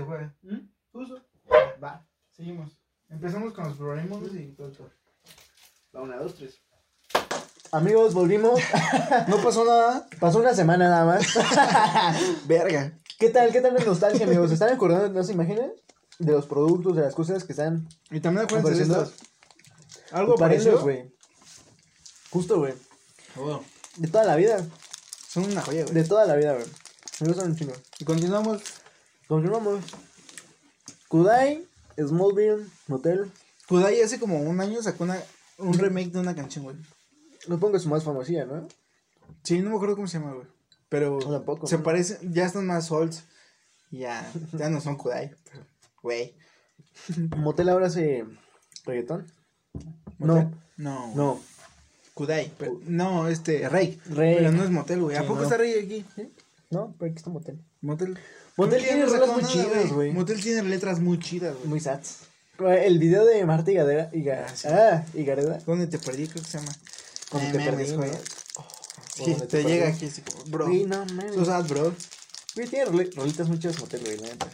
juega. ¿Mm? Uso. Va, seguimos. Empezamos con los Doraemons y todo el todo. La 1, 2, 3. Amigos, volvimos. No pasó nada. Pasó una semana nada más. Verga. ¿Qué tal? ¿Qué tal la nostalgia, amigos? ¿Se están acordando de las imágenes? De los productos, de las cosas que están Y también acuérdense de Apareciendo. estas. Algo parecidos, parecido. güey. Justo, güey. Oh, De toda la vida. Son una joya, güey. De toda la vida, güey. Me gustan un chingo. Y continuamos. Continuamos. Kudai, Smallville, Motel. Kudai hace como un año sacó una, un remake de una canción, güey. Supongo que es su más famosilla, ¿no? Sí, no me acuerdo cómo se llama, güey. Pero Yo tampoco. se parece, ya están más Souls. Ya, ya no son Kudai. pero, Güey. Motel ahora hace reggaetón. ¿Motel? No. No. Kudai. pero- no, este, Rey. Rey. Pero no es motel, güey. ¿A Sí, poco no. está Rey aquí? No, pero aquí está Motel. Motel. Motel tiene rolas sacó muy nada, chidas, güey. Motel tiene letras muy chidas, güey. Muy sats. El video de Marta y Gadera. Y Ga- Ah, sí. Ah, y Gareda. ¿Dónde te perdí? Creo que se llama. Cuando Eh, te memes, perdí, güey. ¿no? Sí, Cuando te, te llega perdí. aquí así como, bro. Güey, no mames. Sos ad, bro. Güey, tiene role- rolitas muy chidas Motel, güey, la neta.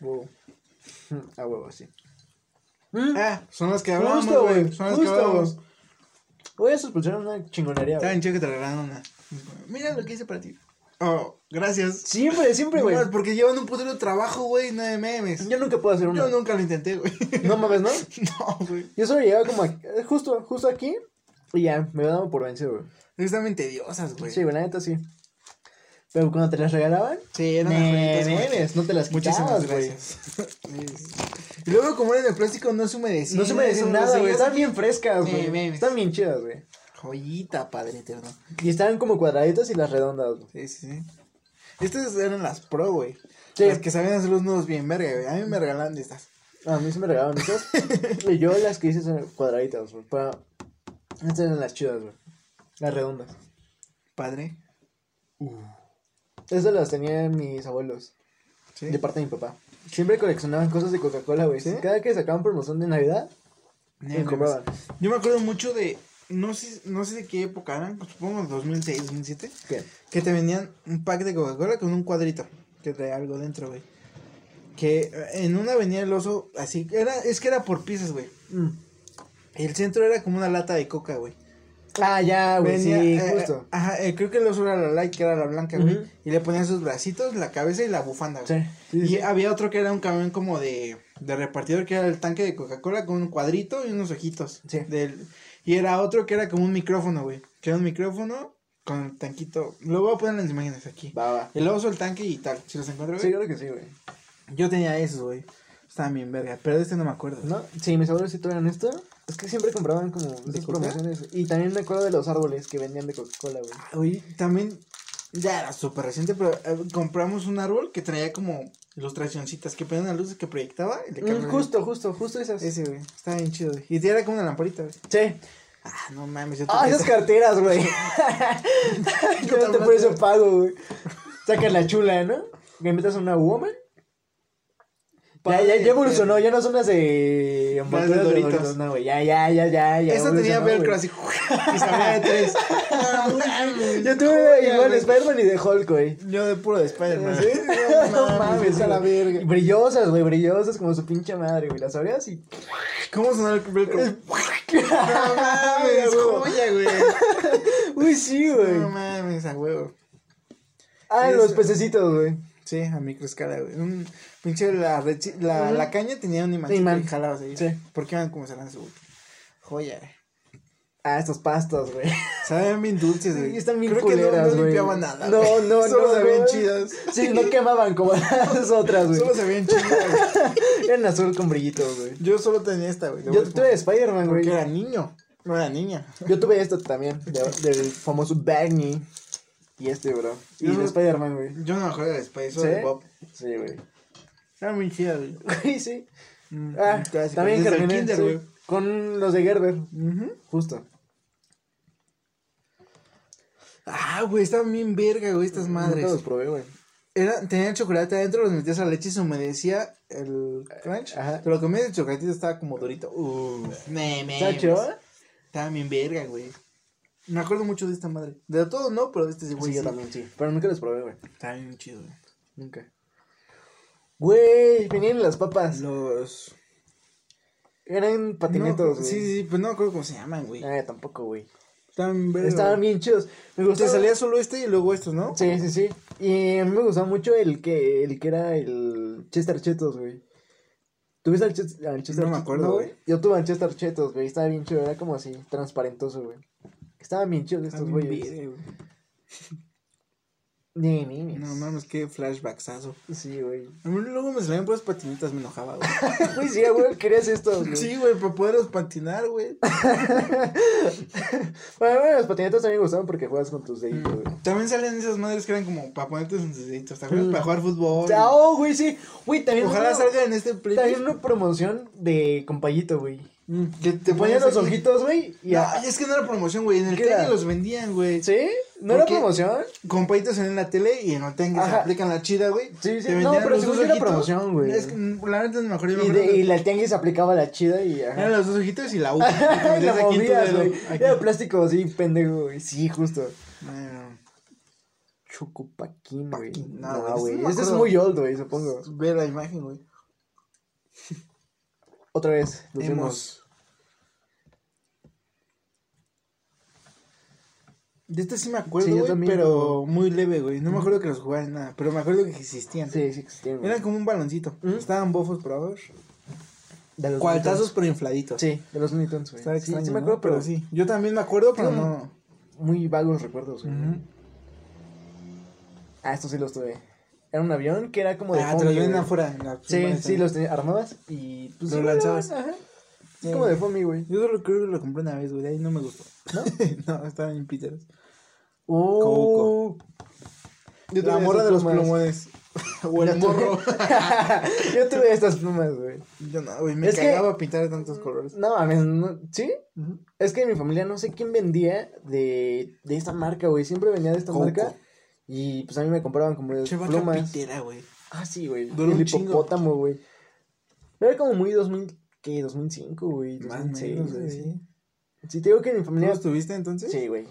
Wow. Mm, A huevo, sí. Mm. Ah, son las que Justo, hablamos, güey, güey. Son las que justo. hablamos. Voy a sospechar una chingonería, Está güey. bien chido que te regalaron una. Mira lo que hice para ti. Oh, gracias. Siempre, siempre, güey. No, porque llevan un putero de trabajo, güey, no de memes. Yo, Yo nunca puedo hacer una. nunca lo intenté, güey. No mames, ¿no? no, güey. Yo solo llegaba como aquí- eh, justo, justo aquí. Y ya, me daba por vencido, güey. Están bien tediosas, güey. Sí, güey, la neta sí. Pero cuando te las regalaban, Sí, eran me las joyitas, güey. memes, no te las Muchísimas quitabas, güey. gracias. y luego, como eran de plástico, no se humedecían. No se me decían eso, nada, sí, güey. eso- Están bien frescas, Sí, güey. memes. Están bien chidas, güey. Joyita, padre eterno. Y estaban como cuadraditas y las redondas, güey. Sí, sí, sí. Estas eran las pro, güey. Sí. Las que sabían hacer los nudos bien verga, güey. A mí me regalaban de estas. A mí se me regalaban esas. Y yo las que hice son cuadraditas, güey. Para... Estas eran las chidas, güey. Las redondas. Padre. Esas las tenían mis abuelos, Sí. de parte de mi papá. Siempre coleccionaban cosas de Coca-Cola, güey. ¿Sí? Cada que sacaban promoción de Navidad, No me mames. compraban. Yo me acuerdo mucho de. No sé, no sé de qué época eran, pues, supongo 2006, 2007. Bien. Que te vendían un pack de Coca-Cola con un cuadrito. Que traía algo dentro, güey. Que eh, en una venía el oso así. Era, es que era por piezas, güey. Mm. El centro era como una lata de coca, güey. Ah, ya, güey. Venía, Sí, eh, justo. Ajá, eh, creo que el oso era la light, que era la blanca, güey. Ujú. Y le ponían sus bracitos, la cabeza y la bufanda, Sí, güey. sí, sí. Y había otro que era un camión como de, de repartidor, que era el tanque de Coca-Cola con un cuadrito y unos ojitos. Sí. Del- y era otro que era como un micrófono, güey. Que era un micrófono con el tanquito. Lo voy a poner en las imágenes aquí. Va, va. El oso, el tanque y tal. Si los encuentro, Sí, güey. creo que sí, güey. Yo tenía esos, güey. Estaban bien verga. Pero de este no me acuerdo. ¿No? Sí, mis abuelos sí tuvieron esto. Es que siempre compraban como esas coca? promociones. Y también me acuerdo de los árboles que vendían de Coca-Cola, güey. Oye, también. Ya era súper reciente, pero eh, compramos un árbol que traía como ilustracioncitas que ponían las luces que proyectaba. Y le Mm, cambiaban- justo, justo, justo esas. Ese, güey. Estaba bien chido, güey. Y era como una lamparita, güey. Sí. Ah, no mames. yo Ah, tenía esas carteras, güey. Yo Yo te también por eso pago, güey. Sacas la chula, ¿no? Que metas a una woman. Ya, ya, ya evolucionó, ya no son las de. envolturas Las de Doritos. no, güey. Ya, ya, ya, ya. ya Esa tenía evolucionó, velcro güey. así. Y sabía de tres. Ah, No mames. Yo tuve Joya, igual güey. Spider-Man y de Hulk, güey. Yo de puro de Spider-Man. Sí, No mames, a la güey. verga. Brillosas, güey, brillosas como su pinche madre, güey. Las abrías y. ¿Cómo sonó el velcro? No mames, huevo. joya, güey. Uy, sí, güey. No mames, a huevo. Ah, sí, los sí. pececitos, güey. Sí, a microescala, güey. Un pinche la, rechi- la, Ujú. la caña tenía un imán. Imán. Y jalabas ahí. Sí. Porque iban como serán su joya, güey. Ah, estas pastas, güey. Saben bien dulces, güey. Y están bien Creo que culeras, no, no güey. limpiaban nada. No, güey. no, no, Solo se güey. ven chidas. Sí, no quemaban como las otras, güey. Solo se ven chidas. güey. Eran azul con brillitos, güey. Yo solo tenía esta, güey. Yo tuve de Spider-Man, güey. Porque era niño. No era niña. Yo tuve esto también, de- del famoso Bernie. Y este, bro. Y Yo de no- Spider-Man, güey. Yo no me acuerdo de Spice, ¿Sí? solo de Bob. Sí, güey. Era muy chida, güey. Güey, sí. Mm, Ah, un clásico. también Desde el cargané, kinder, sí, güey. Con los de Gerber, Ujú. justo. Ah, güey, estaban bien verga, güey, Mm, estas madres. Nunca los probé, güey. Era, tenían chocolate adentro, los metías a la leche y se humedecía el crunch. Ajá. Te lo comías y el chocolatito estaba como durito. Uh, me, me. ¿Está chido? Estaba bien verga, güey. Me acuerdo mucho de esta madre. De todo no, pero de este sí, Sí, güey. yo también, sí. Pero nunca los probé, güey. Estaba bien chido, güey. Nunca. Güey, venían las papas. Los. Eran No, patinetos, güey. sí, sí, sí, pues no me acuerdo cómo se llaman, güey. Ah, tampoco, güey. Estaban verga, Estaban güey. bien chidos. Me Te gustaba. salía solo este y luego estos, ¿no? Sí, sí, sí. Y a mí me gustaba mucho el que, el que era el Chester Chetos, güey. ¿Tuviste al, Ches- al Chester No me Chetos? acuerdo, No, güey. Yo tuve al Chester Chetos, güey. Estaba bien chido, era como así, transparentoso, güey. Estaban bien chidos estos Estaban güeyes. bien verga, Ni, güey. ni, No mames, qué flashbacksazo. Sí, güey. A mí luego me salían puras patinetas, me enojaba, güey. Pues sí, güey, querías esto, güey. sí, güey, para poderlos patinar, güey. Bueno, bueno, los patinetos también me gustaban porque juegas con tus deditos, Mm. güey. También salen esas madres que eran como para ponerte en tus deditos, ¿te acuerdas? Mm. Para jugar fútbol. Ah, oh, güey, sí. Güey, también. Ojalá una- salga en este También playlist. una promoción de compayito, güey. Mm. Que te ponían los ojitos, güey. Y No, a- es que no era promoción, güey. En el ¿Qué Tengue era? los vendían, güey. ¿Sí? ¿No era ¿Por qué? promoción? Con paitos en la tele y en el Tengue se Ajá. aplican la chida, güey. Sí, sí. Te No, vendían pero los según dos yo era ojitos. promoción, güey. Es que mm, la neta no me acuerdo. yo me Y, acuerdo de, y que la tianguis aplicaba la chida y Eran ajá. los dos ojitos y la U. Y la Desde aquí en tu movías, dedo, güey. aquí. Era plástico así, pendejo, güey. Sí, justo. Bueno, Chocopaquín, güey. Paquín, no, No, güey, güey. no me Este es acuerdo. muy old, güey, supongo. Ve la imagen, güey. Otra vez, nos vemos. Hemos. De este sí me acuerdo, Sí, yo güey, también, pero muy leve, güey. No me acuerdo que los jugaran nada, pero me acuerdo que existían. Sí, sí existían, güey. Eran como un baloncito. ¿Mm? Estaban bofos, pero a ver. De los Cuartazos, pero infladitos. Looney Tunes. Sí, de los Looney Tunes, güey. Estaba sí, extraño, sí me ¿no? acuerdo, pero, sí. Yo también me acuerdo, pero Ujú. no. muy vagos recuerdos, güey. Ujú. Ah, estos sí los tuve. Era un avión que era como de Ah, foamy, te lo llevan güey. afuera. en la- Sí, en sí, la- los te- armabas y pues, Lo sí, güey, lanzabas. Ajá. Es Sí. como de foamy, güey. Yo solo creo que lo compré una vez, güey. de Ahí no me gustó. ¿No? no, estaban en Peters. Oh. Yo La tuve morra esas de los plumas. plumones. o Yo el tuve- morro. Yo tuve estas plumas, güey. Yo no, güey. Me Es que- cagaba pintar de tantos colores. No, a no, ¿sí? Es que en mi familia no sé quién vendía de, de esta marca, güey. Siempre venía de esta Coco. marca. Y pues a mí me compraban como de Che, vaca plumas. pitera, güey. Ah, sí, güey. Duró El un chingo. hipopótamo, güey. Era como muy 2000, ¿qué? 2005, güey. Más o 2006, menos, güey. güey. sí. Sí, te digo que en mi ¿Tú familia... los tuviste entonces? Sí, güey.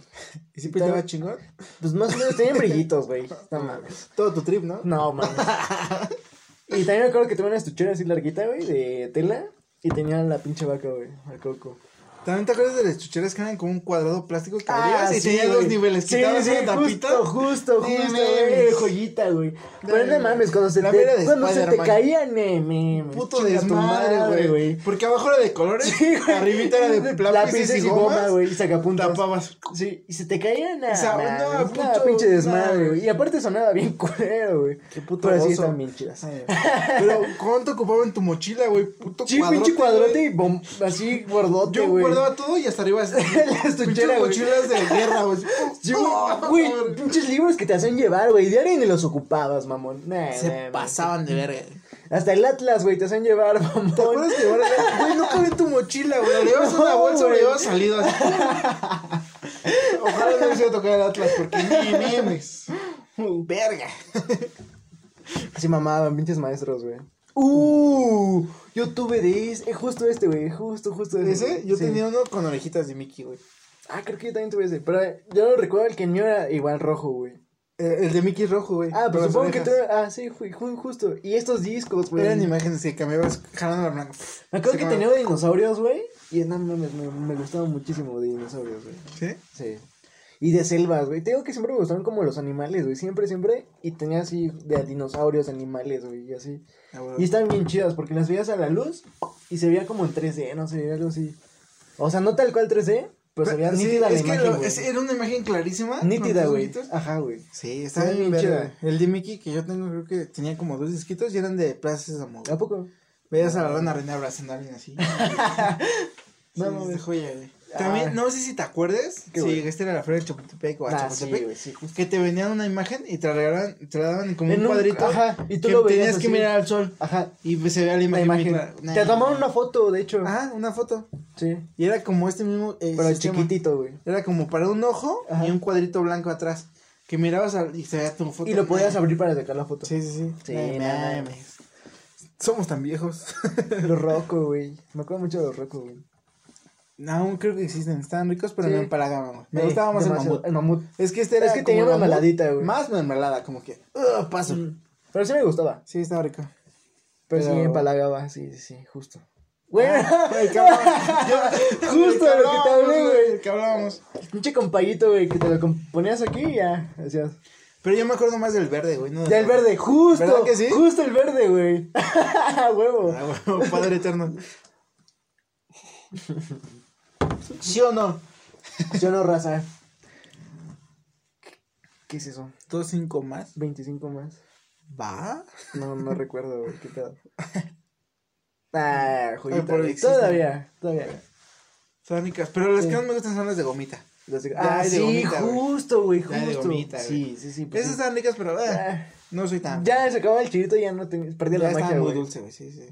¿Y si pintaba chingón? Pues más o menos tenían brillitos, güey. No mames. Todo tu trip, ¿no? No, mames. Y también me acuerdo que tuve una estuchera así larguita, güey, de tela. Y tenía la pinche vaca, güey, al coco. ¿También te acuerdas de las chucheras que eran como un cuadrado plástico que abrías y Ah, sí, tenían güey. dos niveles? Sí, Quitabas sí, una tapita. justo, justo, justo, No güey, mames. joyita, güey. Pero no mames. mames, cuando se La te, mera de cuando se te Spider-Man. caía, ne, me, me, Puto chinga tu desmadre, güey. Porque abajo era de colores, arribita era de lápices y gomas, güey, y sacapuntas. tapabas. Sí, y se te caía nada. O sea, no, nada, puto, nada, pinche desmadre, nada. güey. Y aparte sonaba bien culero, güey. Qué puto Pero sí oso. están bien chidas. Pero, ¿cuánto ocupaba en tu mochila, güey? Puto Sí, cuadrote, pinche cuadrote güey. y bom- así gordote, Yo güey. guardaba todo y hasta arriba. así, La estuchera, pinches güey. mochilas de guerra, güey. Sí, güey, güey, pinches libros que te hacían llevar, güey. Diario ni los ocupabas, mamón. Nah, nah, nah. de verga. Hasta el Atlas, güey, te hacían llevar, mamón. ¿Te acuerdas que ahora, güey, no cabe en tu mochila, güey? Le llevas No, una bolsa, güey. le llevas salido así. Ojalá no hubiese ido a tocar el Atlas, porque ni memes. Verga. Sí, mamaban, pinches maestros, güey. Uh, yo tuve de ese, eh, justo este, güey, justo, justo ese. Ese, güey. yo Sí. tenía uno con orejitas de Mickey, güey. Ah, creo que yo también tuve ese, pero eh, yo no recuerdo el que el mío era igual rojo, güey. Eh, El de Mickey rojo, güey. Ah, con pero las supongo que orejas. tú, ah, sí, ju- ju- justo. Y estos discos, güey. Eran imágenes que cambiabas jalando la blanca. Me acuerdo Sí, que como- tenía dinosaurios, güey. Y no mames, me, me gustaban muchísimo de dinosaurios, güey. ¿Sí? Sí. Y de selvas, güey. Te digo que siempre me gustaron como los animales, güey. Siempre, siempre. Y tenía así de dinosaurios, animales, güey. Y así. Ah, güey. Y estaban bien chidas porque las veías a la luz y se veía como en 3D, no sé, algo así. O sea, no tal cual 3D, pero se veía Sí, nítida la es que imagen, lo- güey. es- era una imagen clarísima. con Nítida, los güey. ojitos. Ajá, güey. Sí, estaba Sí, bien bien verga. chida. El de Mickey que yo tengo, creo que tenía como dos disquitos y eran de Plaza Sésamo, güey. ¿A poco? Veías a la lana reina abrazando a alguien así. no, No, no, no, güey. de joya, güey. Ah. También, no sé si te acuerdes, Qué si güey. llegaste a la feria de Chapultepec o a Ah, sí, Chapultepec, pues, güey, sí, justo. que te vendían una imagen y te la regalaban, te la daban como En un un- cuadrito. ajá, y tú que lo veías Tenías que así. mirar al sol Ajá. y pues se veía la La imagen. imagen. bien clara. Te tomaron una foto, de hecho. Ajá, una foto. Sí. Y era como este mismo. eh, Pero sistema. chiquitito, güey. Era como para un ojo Ajá. y un cuadrito blanco atrás. Que mirabas al- y se veía tu foto. Y lo podías abrir para sacar la foto. Sí, sí, sí. Sí, No no mames. mames. Somos tan viejos. Los rocos, güey. Me acuerdo mucho de los rocos, güey. Aún creo que existen, estaban ricos, pero Sí. me empalagaban, güey. Me Sí, gustaba más demasiado. el mamut. Es que este Es era que como tenía mamut, mermeladita, güey. Más mermelada, como que. "Ugh, paso. Mm. Pero sí me gustaba. Sí, estaba rico. Pero, Ah. sí Pero- empalagaba, sí, sí, sí, justo. Güey, El que hablábamos, justo de lo que te hablé, güey. el que hablábamos. Pinche compayito, güey, que te lo com- ponías aquí y ya, hacías. Pero yo me acuerdo más del verde, güey. No Ya el verde, justo. ¿Verdad que sí? Justo el verde, güey. Huevo. Ah, güey, padre eterno. ¿Sí o no? Yo no raza. ¿Qué es eso? ¿Dos cinco más? 25 más. ¿Va? No, no recuerdo, güey. ¿Qué pedo? Ah, joyita. Ay, por güey, el cisne. todavía, todavía. Son ricas. Pero las Sí. que más me gustan son las de gomita. Los de- Ya Ah, de sí, gomita, güey. justo, güey, Ya de justo. gomita, güey. sí, sí, sí. pues Esas sí. están ricas, pero ah, Ah, no soy tan. ya se acababa el chivito, ya no tenía. Perdí ya la magia, estaban muy güey. dulce, güey. Sí, sí.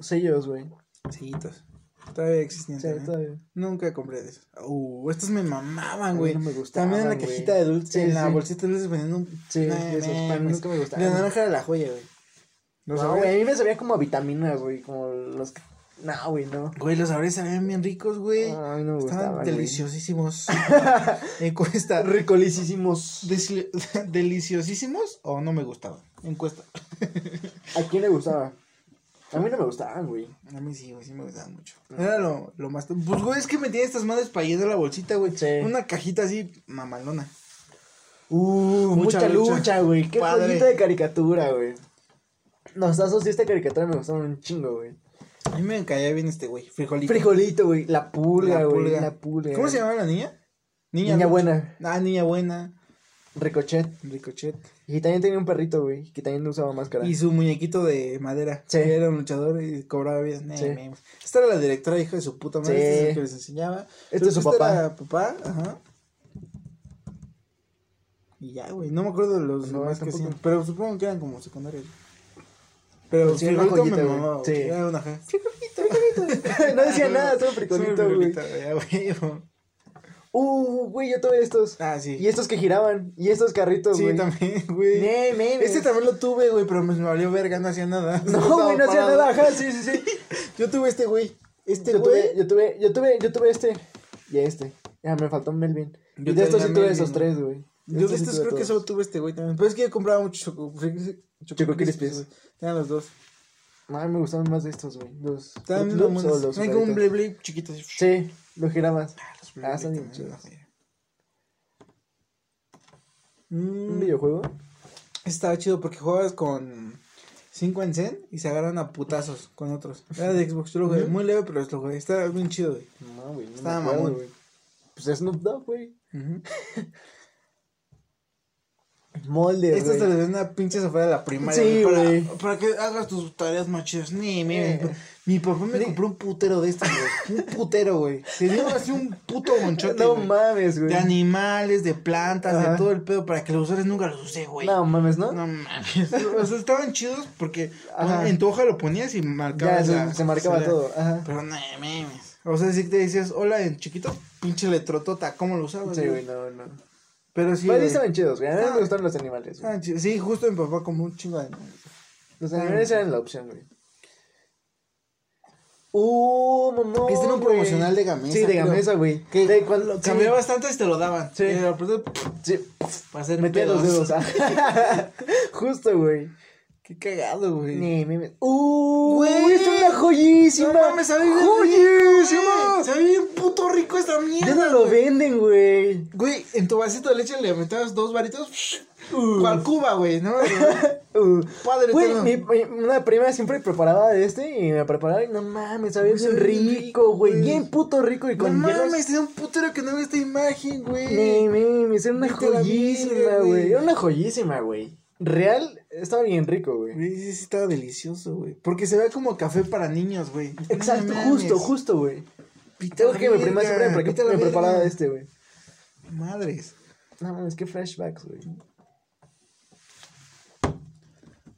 Sellos, güey. Sellitos. Todavía existían. Sí, también. todavía. Nunca compré de esos. Uh, estos me mamaban, güey. A mí no me gustaban, También en la güey. cajita de dulce, Sí, en la sí. bolsita de dulce poniendo un. Sí, Nah, nah, esos, para mí güey. nunca me gustaban. De naranja era la joya, güey. Los No, sabores- güey, a mí me sabía como a vitaminas, güey, como los... que- No, güey, no. Güey, los sabores sabían bien ricos, güey. Ah, A mí no me Estaban gustaban, deliciosísimos. Encuesta. güey. Ricolicísimos. Desli- ¿Deliciosísimos o no me gustaban? Encuesta. ¿A quién le gustaba? A mí no me gustaban, güey. A mí sí, güey, sí me gustaban mucho. Ah. Era lo, lo más. Pues, güey, es que metía estas madres para llenar la bolsita, güey. Sí. Una cajita así mamalona. Uh, mucha, mucha lucha. lucha, güey. Qué Padre. pollito de caricatura, güey. Los tazos de esta caricatura me gustaron un chingo, güey. A mí me caía bien este güey, frijolito. Frijolito, güey. La pulga, La güey. pulga. La pulga. ¿Cómo se llamaba la niña? Niña, Lu- buena. Ah, niña buena. Ricochet. Ricochet. Y también tenía un perrito, güey, que también no usaba máscara. Y su muñequito de madera. Sí. Que Era un luchador y cobraba vida. Nah, Sí. mames. Esta era la directora, hija de su puta madre. Sí. Este es el que les enseñaba. Este es su Este papá. era papá, ajá. Y ya, güey. No me acuerdo de los No, demás que tampoco. hacían. Pero supongo que eran como secundarios. Pero Sí, sí, era Frijolito joyita, me güey. mamaba. güey. Sí. Era una ja- no ah, decía nada, Solo solo frijolito, güey. frijolito, güey, a huevo. Uh, güey, yo tuve estos. Ah, sí. Y estos que giraban. Y estos carritos, sí, güey. también, güey. Ne, mames. Este también lo tuve, güey, pero me me valió verga, no hacía nada. No, Estaba güey, no hacía parado. nada. Ajá, sí, sí, sí. Yo tuve este, güey. Este, yo, tuve, güey. yo tuve, yo tuve, yo tuve este. Y este. Ya, me faltó un Melvin. Yo y de estos tenía sí tuve Melvin, esos ¿no? tres, güey. Yo de sí estos tuve creo que todos. solo tuve este, güey, también. Pero es que yo compraba mucho choco, fri- Choco Crispies. güey. Tenían los dos. Ay, me gustaban más de estos, güey. Los Estaban Fruit bien Loops o mamones. los Tenían como un Superhitos. blip blip chiquito así. Sí, lo girabas. Los Blip Blip están Ah, bien también, chidos. güey. Un Mm, videojuego. estaba chido porque jugabas con 5 en Zen y se agarran a putazos con otros. Era de Xbox, yo lo jugué. Ujú. Muy leve, pero lo jugué. Estaba bien chido, güey. No, güey. No Estaba me acuerdo, mamón. güey. Pues Snoop Dogg, güey. Ujú. Molde, güey. Estas te las venden a pinches afuera de la primaria. Sí, para- güey. Para, que hagas tus tareas más chidas. Ni, mi, Eh. mi papá me Ni- compró un putero de estos, güey. Un putero, güey. Te dio así un puto monchote. No güey. mames, güey. De animales, de plantas, Ajá. de todo el pedo, para que los usuarios nunca los usé, güey. No mames, ¿no? No mames. O sea, estaban chidos porque Ajá. en tu hoja lo ponías y ya, marcabas. se, la- se marcaba la- todo. Ajá. Pero no mames. O sea, si te decías, hola, en chiquito, pinche letrotota, ¿cómo lo usabas? Sí, güey? güey, no, no. Pero Pues, sí. Pero sí güey. estaban chidos, güey. A mí Ah. me gustaron los animales, güey. Estaban chidos. Sí, justo mi papá como un chingo de animales. Los Ah. animales eran la opción, güey. Uh, mamón. Este era un güey. promocional de Gamesa, Sí, de creo. Gamesa, güey. Que De cuando sí, Cambiabas tanto y te lo daban. Sí. Y de repente, sí, para hacer metía los pedos. dedos. ah. Justo, güey. Qué cagado, güey. Ni, ni, ni. Uh, Güey. esta es una joyísima. No mames, sabe bien Joyísima. Se ve bien puto rico esta Ya mierda. no lo venden, güey. Güey, en tu vasito de leche le metabas dos varitos. Uh. ¿Cuál Cuba, güey? No, güey. Uh. Padre Güey, eterno. mi- mi- una prima siempre preparaba de este y me preparaba y no mames, sabía Güey, bien sabe bien rico, rico, güey. güey. Bien puto rico y No con hielos. mames, tenía un putero que no ve esta imagen, Ni, güey. ni, ni, era una Vete a la joyísima, verga, güey. güey. Era una joyísima, güey. Real, estaba bien rico, güey. Güey, sí, sí estaba delicioso, güey. Porque se ve como café para niños, güey. Exacto, No mames. justo, justo, güey. Pita Tengo la que mi prima verga, siempre me, pita pre- la me verga. preparaba este, güey. Madres. No mames, qué flashbacks, güey.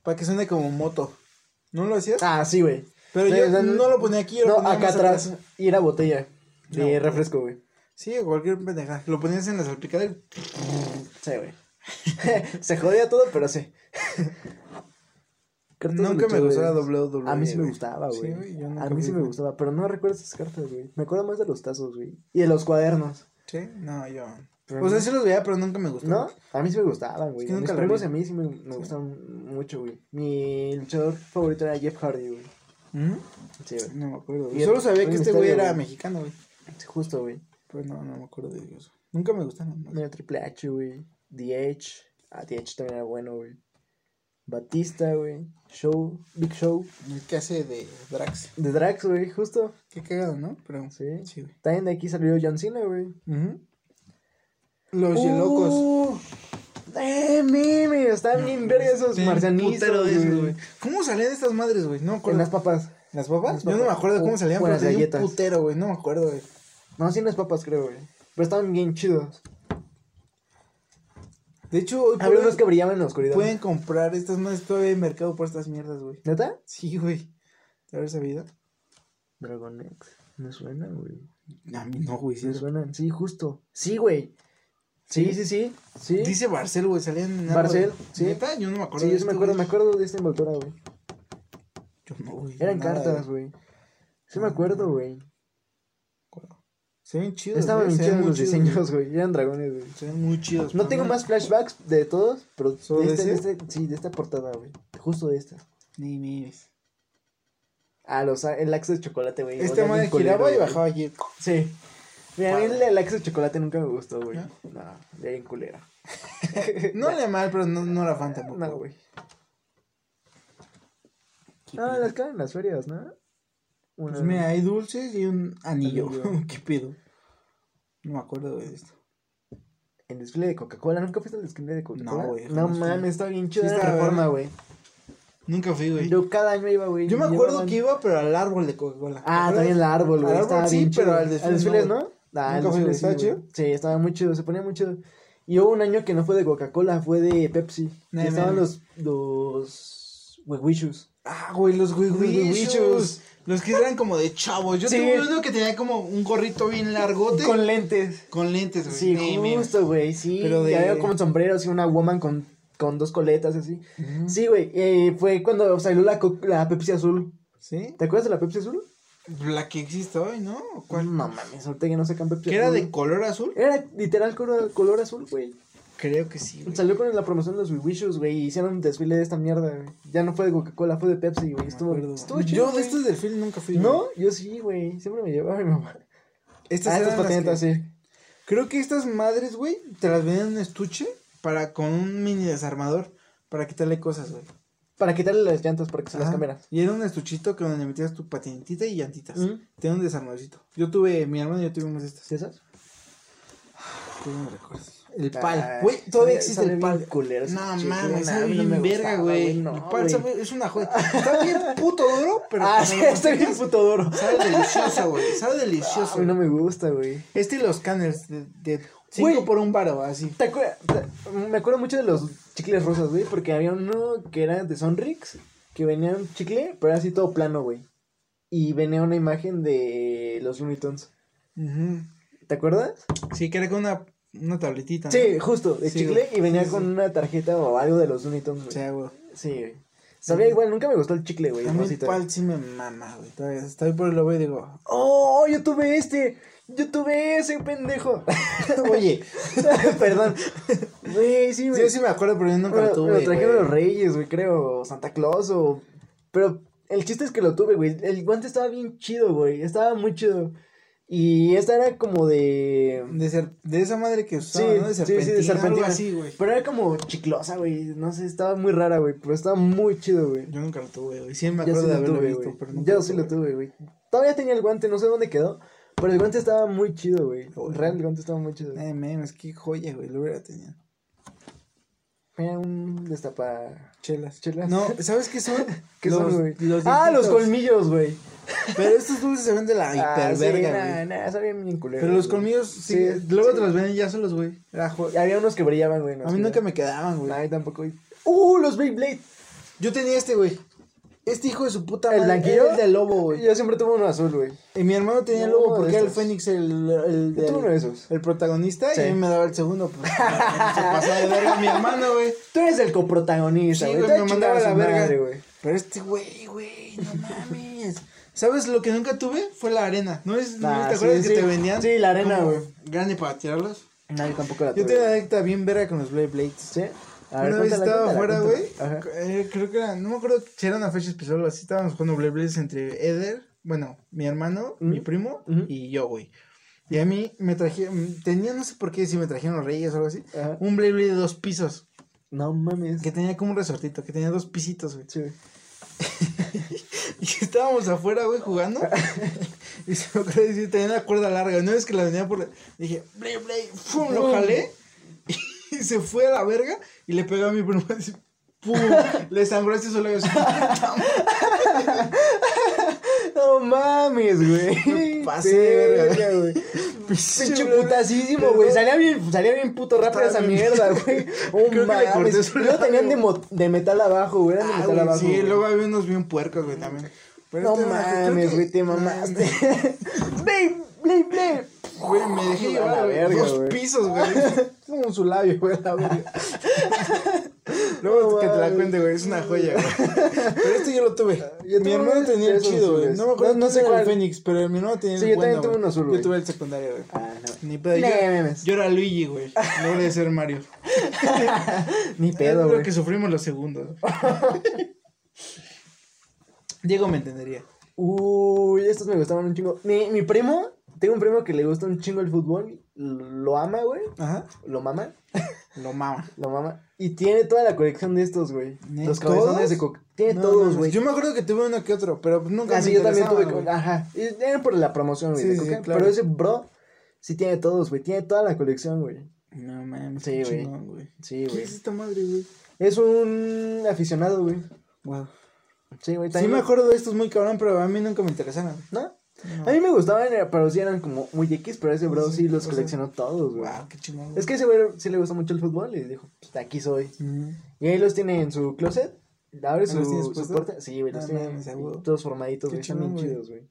Para que suene como moto. ¿No lo hacías? Ah, sí, güey. Pero No, yo no, no, no. lo ponía aquí. yo lo No, ponía acá más atrás. Y era botella No, de güey. refresco, güey. Sí, o cualquier pendeja. Lo ponías en la salpicada. y- Sí, güey. Se jodía todo, pero sí. Cartas de Nunca me luchadores. gustaba WWE. A mí sí me güey. gustaba, Sí, güey. yo nunca a mí fui sí me fan. gustaba, pero no recuerdo esas cartas, güey. Me acuerdo más de los tazos, güey. Y de los cuadernos. Sí, no, yo. Pero O sea, no. sí los veía, pero nunca me gustó. ¿No? A mí sí me gustaban, güey. Es que a mis nunca lo primos vi. y a mí sí me, me gustaban mucho, güey. Mi luchador favorito era Jeff Hardy, güey. ¿Mm? Sí, güey. No me acuerdo. Y güey. Solo el- sabía el que este güey misterio, era güey. mexicano, güey. Sí, Justo, güey. Pero no, no me acuerdo de ellos. Nunca me gustaron. no. Mira, Triple H, güey. DH. Ah, DH también era bueno, güey. Batista, güey. Show. Big Show. El que hace de Drax. De Drax, güey, justo. Qué cagado, ¿no? Pero Sí. sí, güey. También de aquí salió John Cena, güey. Ujú. Los ¡Uh! Yelocos. ¡Eh, meme! Están bien verga esos Sí, putero de marcianitos, esos, güey. ¿Cómo salían estas madres, güey? No me Con acuerdo. las papas. ¿Las papas? Las Yo no me papas. acuerdo O- cómo salían, o pero las tenía galletas. un putero, güey. No me acuerdo, güey. No, sí, las papas, creo, güey. Pero estaban bien chidos. De hecho, hoy Había pueden, unos que brillaban en la oscuridad. pueden comprar estas madres todavía en mercado por estas mierdas, güey. ¿Neta? Sí, güey. ¿De haber sabido? Dragon X. No suena, güey. A mí no, güey. Sí, suenan. Sí, justo. Sí, güey. Sí, sí, sí. Sí. Dice Barcel, güey. Salían en algo Barcel, de- sí. ¿Neta? Yo no me acuerdo. Sí, de yo sí me esto, acuerdo, me güey. acuerdo de esta envoltura, güey. Yo no, güey. Eran nada, cartas, güey. Sí me acuerdo, güey. acuerdo. Se ven chidos. Estaban güey, bien se ven chidos muy los chidos, diseños, güey. Eran dragones, güey. güey. Se ven muy chidos. No pero tengo más flashbacks de todos, pero ¿Solo de de este, de ese? este- sí, de esta portada, güey. Justo de esta. Ni mires. Ah, los, el laxo de chocolate, güey. Esta Olía Este madre bien culero, giraba y güey. bajaba aquí. Sí. Mira, a mí Padre. el laxo de chocolate nunca me gustó, güey. ¿No? No, era bien culera. No era mal, pero no, no era fan tampoco. No, güey. Ah, las caen en las ferias, ¿no? Una- Pues mira, hay dulces y un anillo. Anillo. ¿Qué pedo? No me acuerdo de esto. El desfile de Coca-Cola. ¿Nunca fuiste al desfile de Coca-Cola? No, güey, No jamás fui. mames, está bien chido. Sí, la estaba reforma, verga. güey. Nunca fui, güey. Yo cada año iba, güey. Yo me y acuerdo llevaban- que iba, pero al árbol de Coca-Cola. Ah, también el árbol, güey. Al estaba árbol sí, bien chido. pero al desfile no, no. Ah, al Nunca fui, güey. desfile sí, güey. ¿Estaba chido? Sí, estaba muy chido. Se ponía muy chido. Y hubo un año que no fue de Coca-Cola, fue de Pepsi. No, y estaban no. los. Los. Huehuichus. Ah, güey, los huihuichos. huihuichos. Los que eran como de chavos. Yo Sí. tengo uno que tenía como un gorrito bien largote. Con, Con lentes. lentes, güey. Sí, Ni mira. justo, güey, sí. Pero de- Ya veo como sombreros y una woman con, con dos coletas y así. Sí, güey, eh, fue cuando salió la, co- la Pepsi azul. ¿Sí? ¿Te acuerdas de la Pepsi azul? La que existe hoy, ¿no? ¿O ¿Cuál? No mames, ahorita ya no sacan Pepsi ¿Que era azul. de color azul? Era literal color, color azul, güey. Creo que sí, güey. Salió con la promoción de los Wishus, güey, y hicieron un desfile de esta mierda, güey. Ya no fue de Coca-Cola, fue de Pepsi, güey. Me Estuvo, acuerdo. estuvo chido, Yo de güey. estos del film nunca fui. güey. No, yo sí, güey. Siempre me llevaba mi mamá. Estas Ah, estas eran las patinetas, que- sí. Creo que estas madres, güey, te las vendían en un estuche para con un mini desarmador para quitarle cosas, güey. Para quitarle las llantas para que se las Ajá. cambiaran. Y era un estuchito que donde metías tu patinetita y llantitas. Ujú. Tenía un desarmadorcito. Yo tuve, mi hermano y yo tuvimos estas. ¿Sí esas? Tú no me recuerdas. El Ah, pal. Güey, todavía sabe- existe sabe el bien pal. culero ese No chicle, mames, no, sabe a mí no bien me verga, gustaba, güey. güey, no, el pal güey. sabe- es una joya. Está bien puto duro, pero. cuando Ah, sí, lo está bien masticas, puto duro. Sabe delicioso, güey. Sabe A delicioso. mí no me gusta, güey. Este y los canners de, de Güey. cinco por un varo, así. ¿Te acuer- te- Me acuerdo mucho de los chicles rosas, güey, porque había uno que era de Sonrix, que venía un chicle, pero era así todo plano, güey. Y venía una imagen de los Looney Tunes. Ujú. ¿Te acuerdas? Sí, que era con una, una tabletita. ¿no? Sí, justo, de Sí, chicle güey. y venía Sí, sí. con una tarjeta o algo de los Looney Tunes, O güey. sea, güey. Sí, güey. Sabía igual, nunca me gustó el chicle, güey. A mí el rosita. pal sí me mama, güey. Todavía estoy por el lobo y digo, ¡Oh, yo tuve este! ¡Yo tuve ese, pendejo! oye, Perdón. Güey, sí, güey. sí, sí me acuerdo, pero yo nunca Me lo lo- tuve. me lo trajeron güey. los Reyes, güey, creo. o Santa Claus o. Pero el chiste es que lo tuve, güey. El guante estaba bien chido, güey. Estaba muy chido. Y esta era como de. De, ser- de esa madre que usaba, Sí, ¿no? De sí, sí, serpentina. de serpentina. algo así, güey. Pero era como chiclosa, güey. No sé, estaba muy rara, güey. Pero estaba muy chido, güey. Yo nunca lo tuve, güey. Sí me Yo acuerdo sí de lo haberlo tuve, visto, güey. pero nunca Yo sí lo tuve, güey. Todavía tenía el guante, no sé dónde quedó. Pero el guante estaba muy chido, güey. Uy. Real, el guante estaba muy chido. Eh, memes, qué joya, güey. Lo hubiera tenido. Era un destapa. Chelas. Chelas. No, ¿sabes qué son? ¿Qué Los- son, güey? los ah, los dientitos. colmillos, güey. Pero estos dulces se ven de la Ah, sí, hiperverga, güey. nah, nah, sabían bien culero, Pero los güey. colmillos, sí, eh, Sí, luego sí. te los venden ya solos, güey. Era jo- Y había unos que brillaban, güey. A mí nunca me quedaban, güey. A mí tampoco. güey. ¡Uh! Los Beyblade. Yo tenía este, güey. Este hijo de su puta ¿El madre. blanquillo? era El de lobo, güey. Yo siempre tuve uno azul, güey. Y mi hermano tenía el No, lobo porque de era el estos. Fénix, el, el, Yo del- tuve uno de esos. el protagonista, Sí. y a mí me daba el segundo. Pues, se pasaba de verga mi hermano, güey. Tú eres el coprotagonista, Sí, güey. güey, Te me chingaba mandaba a la su verga. madre, güey. Pero este güey, güey, no mames. ¿Sabes lo que nunca tuve? Fue la arena. ¿No es, no Ah, te acuerdas sí, que sí. te vendían? Sí, la arena, como güey. Grande para tirarlos. Nadie tampoco la Yo tuve. tengo una anécdota bien verga con los Blade Blades. ¿Sí? A ver, una vez cuéntala, estaba cuéntala, afuera, güey. cuéntala. Ajá. eh, creo que era, no me acuerdo si era una fecha especial o así. Estábamos jugando Blade Blades entre Eder, bueno, mi hermano, Ujú. mi primo Ujú. y yo, güey. Y a mí me trajeron, tenía, no sé por qué, si me trajeron los reyes o algo así, Ajá. un Blade Blade de dos pisos. No mames. Que tenía como un resortito, que tenía dos pisitos, güey. Sí, güey. Y estábamos afuera, güey, jugando. y se me ocurrió decir, tenía una cuerda larga. No es que la venía por. la- Dije, play, play, ¡fum! Lo jalé. Y se fue a la verga y le pegó a mi primo así. ¡Pum! Le sangró este solo. así, No mames, güey. Me pasé de verga. güey. Pinche güey. putasísimo, güey. Salía bien, salía bien puto rápido esa mierda, güey. Oh, Creo que le corté mames. su Luego tenían de, labio. mo- de metal abajo, güey. Eran de Ah, metal güey, abajo. sí, güey. luego había unos bien puercos, güey, también. este No era- creo mames, que- güey, te mamaste. Blade, blade, blade. Güey, me dejé A la llevar, güey. verga, Dos güey. pisos, güey. Como su labio, güey, la verga. Luego No que te la mames. cuente, güey, es una joya, güey. Pero este yo lo tuve. yo mi tuve hermano unos tenía el esos chido, güey. azules. No me acuerdo, No- no no, sé sé cuál. cuál. el Fénix, pero mi hermano tenía Sí, el yo bueno, también tuve güey. un azul, güey. Yo tuve el secundario, güey. Ah, no. Ni pedo. Nah, yo, mames. yo era Luigi, güey. No voy a ser Mario. Ni es pedo, lo güey. que sufrimos los segundos. Diego me entendería. Uy, estos me gustaban un chingo. Mi, mi primo, tengo un primo que le gusta un chingo el fútbol. Lo ama, güey. Ajá. Lo mama. Lo mama. Lo mama. Y tiene toda la colección de estos, güey. ¿Ne- Los cabezones todos? de coca. Tiene No, todos, mames. güey. Yo me acuerdo que tuve uno que otro, pero nunca Así me yo también tuve. interesaban, co- güey. Ajá. Y Era por la promoción, güey. Sí, de sí, coca, claro. Pero ese bro, sí tiene todos, güey. Tiene toda la colección, güey. No mames, Sí, sí, güey. güey. Sí, ¿Qué güey. es esta madre, güey? Es un aficionado, güey. Wow. Sí, güey. Sí también- me acuerdo de estos muy cabrón, pero a mí nunca me interesaron. ¿No? No. A mí me gustaban, eh, pero sí eran como muy X, pero ese bro sí sí, los o sea, coleccionó todos, güey. Wow, qué chingón. pues, güey. Es que ese güey sí le gusta mucho el fútbol y dijo, pues de aquí soy. Ujú. Y ahí los tiene en su closet. Abre ¿Ah, su, los tienes su puestos? puerta. Sí, güey, los Ah, tiene mames, a y huevo. todos formaditos, Qué güey. Están bien chingón, güey. chidos, güey.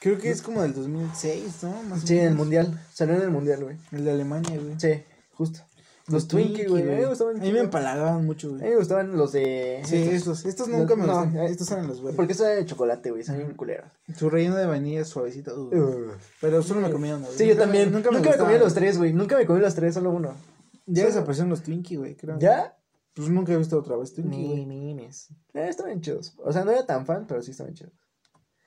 Creo que es como del 2006, ¿no? Más o Sí, en el menos. mundial. Salió en el mundial, güey. El de Alemania, güey. Sí, justo. Los Twinkie, güey. A mí me gustaban. A mí me empalagaban mucho, A güey. mí me gustaban los de. Sí, estos. Estos nunca me No, gustaron. eh, Estos eran los buenos. Porque son de chocolate, güey. Son bien culeros. Su relleno de vainilla es suavecito. uh. Pero solo me comía uno. güey. Sí, yo Nunca me- también. Nunca me, gustaban. comí los tres, güey. Nunca me comí los tres, solo uno. Ya desaparecieron los Twinkie, güey, creo. ¿Ya? Pues nunca he visto otra vez Twinkie, Ni güey. mimes. Eh, estaban chidos. O sea, no era tan fan, pero sí estaban chidos.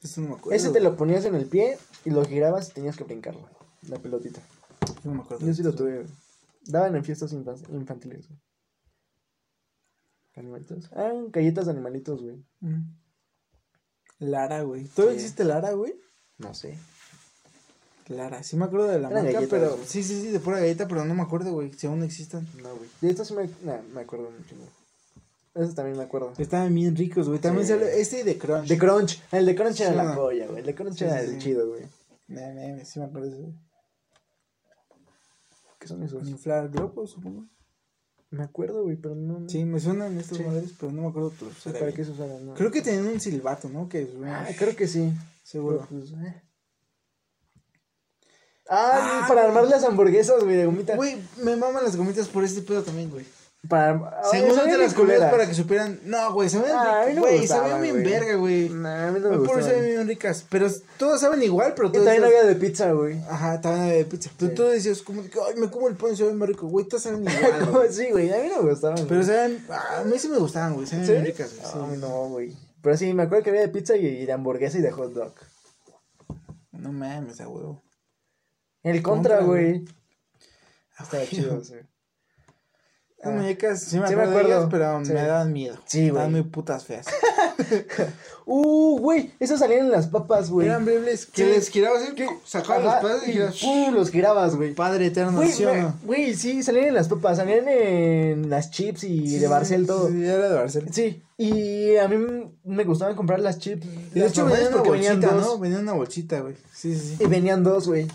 Esto no me acuerdo. Ese te lo ponías en el pie y lo girabas y tenías que brincarlo. La pelotita. güey. No me acuerdo. Yo sí lo tuve. güey. Daban en fiestas infan- infantiles, güey. Animalitos. Ah, galletas de animalitos, güey. Ujú. Lara, güey. ¿Todavía Sí. existe Lara, güey? No sé. Lara, sí me acuerdo de la Eran marca, galletas, pero... güey. Sí, sí, sí, de pura galleta, pero no me acuerdo, güey, si aún existan. No, güey. De estos sí me, nah, me acuerdo mucho, güey. Esos también me acuerdo. Estaban bien ricos, güey. También Sí. salió este de Crunch. De Crunch. Ah, El de Crunch era Sí, la no. joya, güey. El de Crunch Sí, era sí, el sí. chido, güey. No, no, no, sí me acuerdo de eso. ¿Qué son esos? Con inflar globos, supongo. Me acuerdo, güey, pero no. no Sí, me suenan estos Sí. madres, pero no me acuerdo todos. sé para qué se usaban, ¿no? Creo que tenían un silbato, ¿no? Que suena, Ah, creo que sí. seguro. Pero, pues, eh. Ah, Ah, para armar las hamburguesas, güey, de gomita. Güey, me maman las gomitas por este pedo también, güey. Para armar. Según te las comías para que supieran. No, güey, sabían Ah, a mí ricas. no me Güey, gustaban, sabían bien güey. verga, güey. Nah, a mí no me Por eso gustaban. sabían bien ricas. Pero todas saben igual, pero Y todas. también esas- había de pizza, güey. Ajá, también había de pizza. Pero Sí. tú decías, como, de que, ay, me como el pan, se ve más rico. Güey, todas saben igual. Como- güey. sí, güey, a mí no me gustaban. Pero güey. saben, ah, a mí sí me gustaban, güey. Saben ¿Sí? bien Mm, ricas, güey. sí. Ah, no, güey. Pero sí, me acuerdo que había de pizza y, y de hamburguesa y de hot dog. No mames, a huevo. El contra, Contra, güey. Ah, Estaba güey. chido, sí. Las muñecas, sí me Sí me acuerdo, de acuerdo. ellas, pero Sí. me daban miedo. Sí, güey. Estaban muy putas feas. Uh, güey, esos salían en las papas, güey. Eran biblis que Sí. les giraba así, ¿Qué? sacaban Ajá, los padres y girabas, ¡pum! los girabas, güey. Padre eterno, Güey, ¿sí o me- no? güey, sí, salían en las papas, salían en las chips y Sí, de Barcel sí, todo. Sí, era de Barcel. Sí, y a mí m- me gustaban comprar las chips. Y de las hecho normales venían una porque venían bolsita, dos. ¿no? Venían una bolsita, güey. Sí, sí, sí. Y venían dos, güey.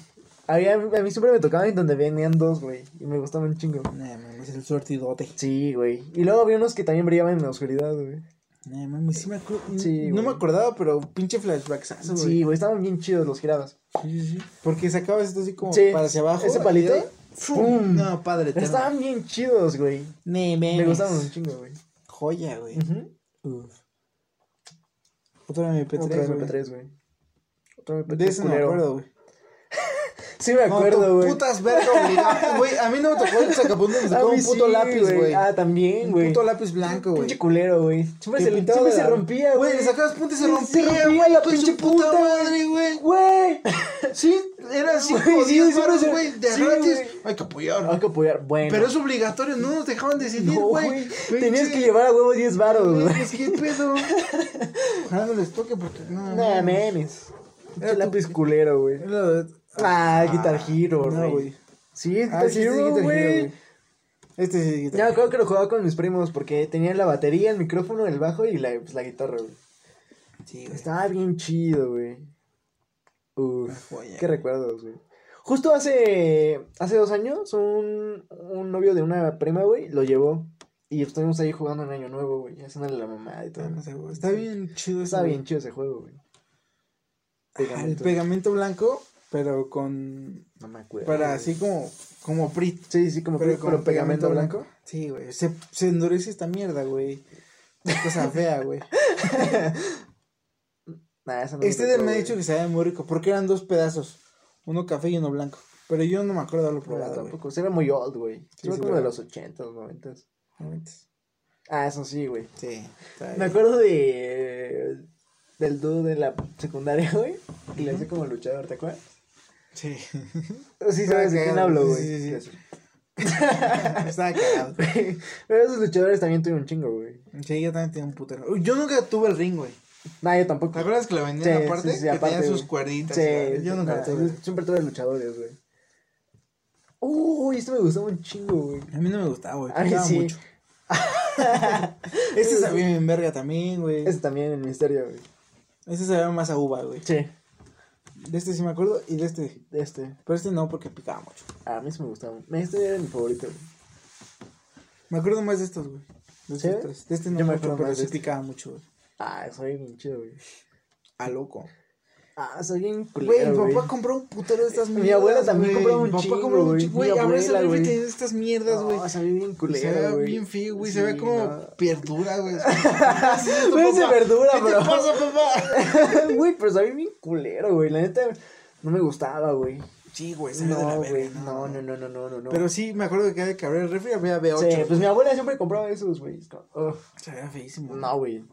Había- a mí siempre me tocaban donde venían dos, güey. Y me gustaban un chingo. No mames, el suertidote. Sí, güey. Y luego había unos que también brillaban en la oscuridad, güey. No mames, Eh, sí me acuerdo. Sí, no güey. me acordaba, pero pinche flashbacks. Sí, güey, estaban bien chidos los girabas. sí, sí. Porque sacabas esto así como Sí. para hacia abajo. ¿Ese palito? y- ¡Fum! ¡Pum! No, padre eterno. Estaban bien chidos, güey. No mames. Me gustaban un chingo, güey. Joya, güey. Ujú. Uf. Otro MP3, Otro güey. MP3, güey. Otro MP3 De ese no me culero. acuerdo, güey. Sí, me No, tú acuerdo, güey. putas verga obligado. Güey, a mí no me tocó el sacapuntas, me A tocó mí un puto Ah, sí, lápiz, güey. Ah, también, Un güey. puto lápiz blanco, güey. Pinche culero, güey. Siempre, Que se, pintaba siempre la- se rompía, Güey, güey. le sacabas punta y se Se rompía, rompía güey, la con su pinche puta puta, madre, güey. Güey. Sí, era cinco Güey, o sí, 10 sí, varos, sí, güey, de sí, gratis. güey. Hay que apoyar. Hay que apoyar. Bueno. Pero es obligatorio, no nos dejaban decidir, No, güey. güey. Tenías que llevar a huevo 10 varos, güey. Güey, ¿Qué pedo? Ojalá no les toque porque no. Nah, no. Ah, memes. Era Pinche tu- lápiz culero, güey. Era de- Ah, Guitar Hero, no, güey. güey. sí, Guitar Ah, sí, este es Hero, Guitar Hero, güey. güey. Este sí, es Ya Guitar me acuerdo que lo jugaba con mis primos porque tenía la batería, el micrófono, el bajo y la, pues, la guitarra, güey. Sí, güey. Estaba bien chido, güey. Uf, joya, qué güey. recuerdos, güey. Justo hace, hace dos años, un, un novio de una prima, güey, lo llevó. Y estuvimos ahí jugando en Año Nuevo, güey, haciéndole la mamada y todo. Ah, No sé, güey. Está bien chido ese, Está güey. bien chido ese juego, güey. Ah, El Pegamento. pegamento blanco, pero con. No me acuerdo. Para güey. así como. Como Prit. Sí, sí, como, pero, con pero pegamento, blanco. Sí, güey. Se, se endurece esta mierda, güey. Qué cosa fea, güey. Nah, esa no me Este del tocó, me ha güey. dicho que sabe muy rico, porque eran dos pedazos, uno café y uno blanco. Pero yo no me acuerdo de lo No, probado, güey. tampoco. Se era muy old, güey. Sí, Era sí, como de güey. los 80, 90. No mentes. Ah, eso sí, güey. Sí. está Me bien. acuerdo de. Del dude de la secundaria, güey. Que le hace como luchador, ¿te acuerdas? Sí. Sí, Estaba sabes de quién cagado, hablo, sí, güey. sí, sí, Eso. Estaba cagado. Pero esos luchadores también tuvieron un chingo, güey. Sí, yo también tenía un putero. Yo nunca tuve el ring, güey. Nah, yo tampoco. ¿Te acuerdas que lo vendían Sí, aparte? sí, sí, que aparte, tenían sus güey. cuerditas. Sí, güey. yo sí, nunca nah, lo tuve. yo Siempre tuve luchadores, güey. Uy, este me gustaba un chingo, güey. A mí no me gustaba, güey. A mí Picaba sí. mucho. Este sabía bien verga también, güey. Este también el misterio, güey. Este sabía más a uva, güey. Sí. De este sí me acuerdo y de este. Este. Pero este no, porque picaba mucho. A mí sí me gustaba. Este era mi favorito, güey. Me acuerdo más de estos, güey. De ¿Sí? estos tres. De este no Yo me me acuerdo, acuerdo pero más de sí este. picaba mucho, güey. Ah, soy bien chido, güey. A loco. Ah, soy bien Güey, culero, mi güey. papá compró un putero de estas Mi mierdas. abuela también güey. compraba un Mi papá chingo, compró un güey. chingo, Mi Güey, ahora se abuela, ve güey. que tiene estas mierdas, güey. No, sabía bien se culera, ve güey. bien feo, güey. se Sí, ve como no. verdura, güey. Parece verdura, ¿Qué bro. te pasa, papá? Güey, pero sabía bien culero, güey. La neta, no me gustaba, güey. Sí, güey, se ve de la No, verga. güey. No, no, no, no, no, no, no. Pero sí, me acuerdo que había que abrir el refri había B8. Sí, pues güey. mi abuela siempre compraba esos, güey. Es como, ugh, Se veía feísimo. güey. No, güey.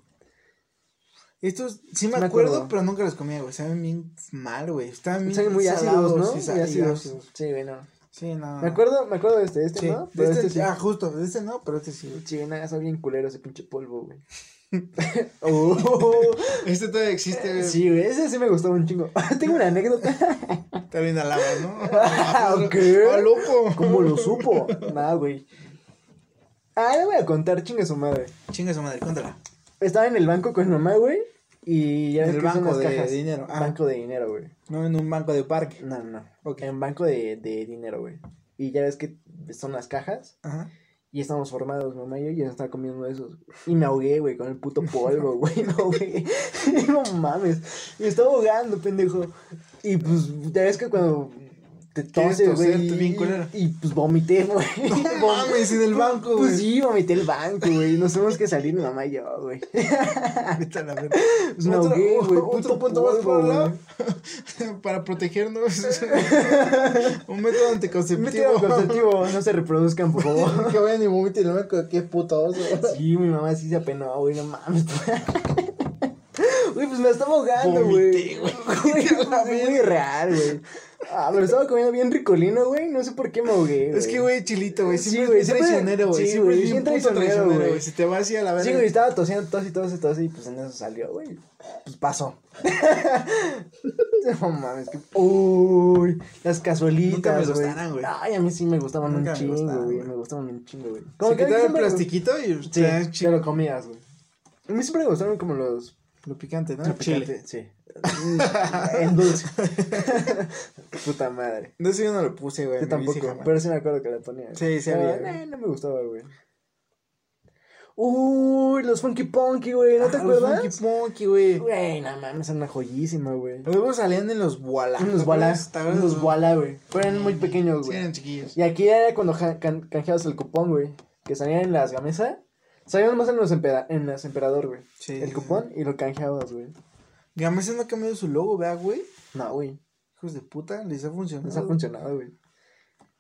Estos sí me, Me acuerdo, acuerdo. pero nunca los comía, güey. Saben bien mal, güey. Estaban bien Son muy ácidos, salados, ¿no? sí, muy sa- ácidos. y Sí, güey, no. Sí, no. Me acuerdo, me acuerdo de este, de este, Sí, ¿no? de Pero este, este sí. Ah, justo, de este no, pero este sí. güey. Sí, güey, nada, está bien culero ese pinche polvo, güey. Oh. Este todavía existe, güey. Sí, güey, ese sí me gustaba un chingo. Tengo una anécdota. Está bien alaba, ¿no? ¿Qué? ¡Ah, loco! ¿Cómo lo supo? Nada, güey. Ah, le voy a contar, chingue su madre. Chinga su madre, cuéntala. Estaba en el banco con mamá, güey. Y ya En ves el que son banco las de cajas. dinero, ah. Banco de dinero, güey. No en un banco de parque. No, no, no. Ok. En banco de, de dinero, güey. Y ya ves que son las cajas. Ajá. Y estamos formados, mamá y yo. Y yo estaba comiendo uno de esos. Y me ahogué, güey, con el puto polvo, güey. No, güey. No mames. Me estaba ahogando, pendejo. Y pues, ya ves que cuando te Quieres toses, toser, güey. te bien culero. Y, y, pues vomité, güey. No mames, en el banco, güey. Pues sí, vomité el banco, güey. Nos tuvimos que salir mi mamá y yo, güey. Vete a la verga. Me Otro- ahogué, güey. Otro Puto punto más polvo, por güey. lado. Para protegernos. un método anticonceptivo. Método conceptivo, no se reproduzcan, por favor. que vayan y vomiten el banco. Qué puto oso. Sí, mi mamá sí se apenó, güey, no mames. Güey, pues me estaba ahogando, Vomité, güey. Güey, es muy real, güey. Ah, pero estaba comiendo bien ricolino, güey. No sé por qué me ahogué, güey. Es que, güey, chilito, güey. Sí, Siempre güey, es bien siempre- traicionero, güey. sí, siempre güey, es bien bien puto traicionero, traicionero, güey. güey. Se te va así a la verga. Sí, güey, estaba tosiendo, tos y tos y tos y pues en eso salió, güey. Pues pasó. no mames, que... Uy, las cazuelitas, Nunca me güey. gustaron, güey. Ay, a mí sí me gustaban Nunca un me chingo, gustaron, güey. güey. Me gustaban un chingo, güey. Como que a mí quitaba el siempre me- plastiquito y Sí, te dan te chi- lo comías, güey. A mí siempre me gustaron como los lo picante, ¿no? El Chile. picante, pues Sí. Mm, en dulce. Puta madre. No sé, yo no lo puse, güey. Yo en mi bici tampoco, jamás. pero sí me acuerdo que la ponía. güey. Sí, sí Pero, había, güey. eh, no me gustaba, güey. Uy, los Funky Punky, güey, ¿no te Ah, los Funky acuerdas? Punky, güey. Güey, no mames, eran una joyísima, güey. Luego salían en los Walla. Unos bolas, unos bolas, güey. Pero eran muy pequeños, Sí, güey. eran chiquillos. Y aquí era cuando ja- can- canjeabas el cupón, güey. Que salían en las gamesas. Salían más en, los empera- en las emperador, güey. Sí. El cupón y lo canjeabas, güey. Gamesa no ha cambiado su logo, vea, güey. No, güey. Hijos de puta, les ha funcionado. Les ha funcionado, güey.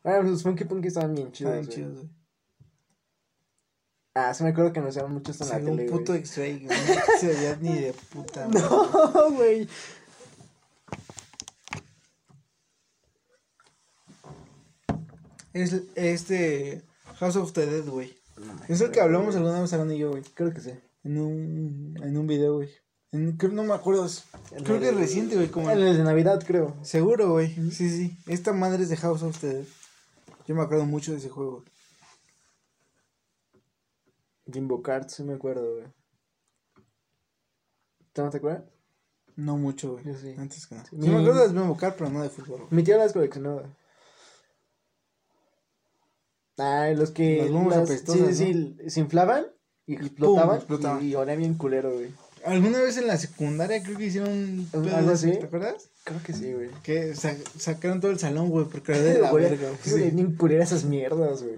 Bueno, los Funky Punky estaban bien chidos. Está bien güey. chido, güey. Ah, sí me acuerdo que nos daban mucho esto en la Salió tele, un güey. puto X-ray, güey. No se veía ni de puta. güey. No, güey. Es este House of the Dead, güey. Es el que hablamos alguna vez, Aaron y yo, güey. Creo que sí. En un, en un video, güey. En- Creo, no me acuerdo. es- En Creo que el- es reciente, güey. Como En el de Navidad, creo. Seguro, güey. Sí, sí. Esta madre es de House of the Dead. Yo me acuerdo mucho de ese juego. Jimbo Cart, sí me acuerdo, güey. ¿Tú no te acuerdas? No mucho, güey. Yo sí. Antes que nada. Sí. Mm. Sí, me acuerdo de Smoke Car, pero no de fútbol. güey. Mi tío las coleccionó, güey. Ah, los que. Las bombas las- apestosas, Sí, sí, se inflaban y explotaban. explotaban. Y, y olía bien culero, güey. Alguna vez en la secundaria creo que hicieron un pedo de ¿Algo ese, así? ¿Te acuerdas? Creo que sí, güey. Que sa- sacaron todo el salón, güey, porque era de la Olía- verga. güey. olía bien culera esas mierdas, güey.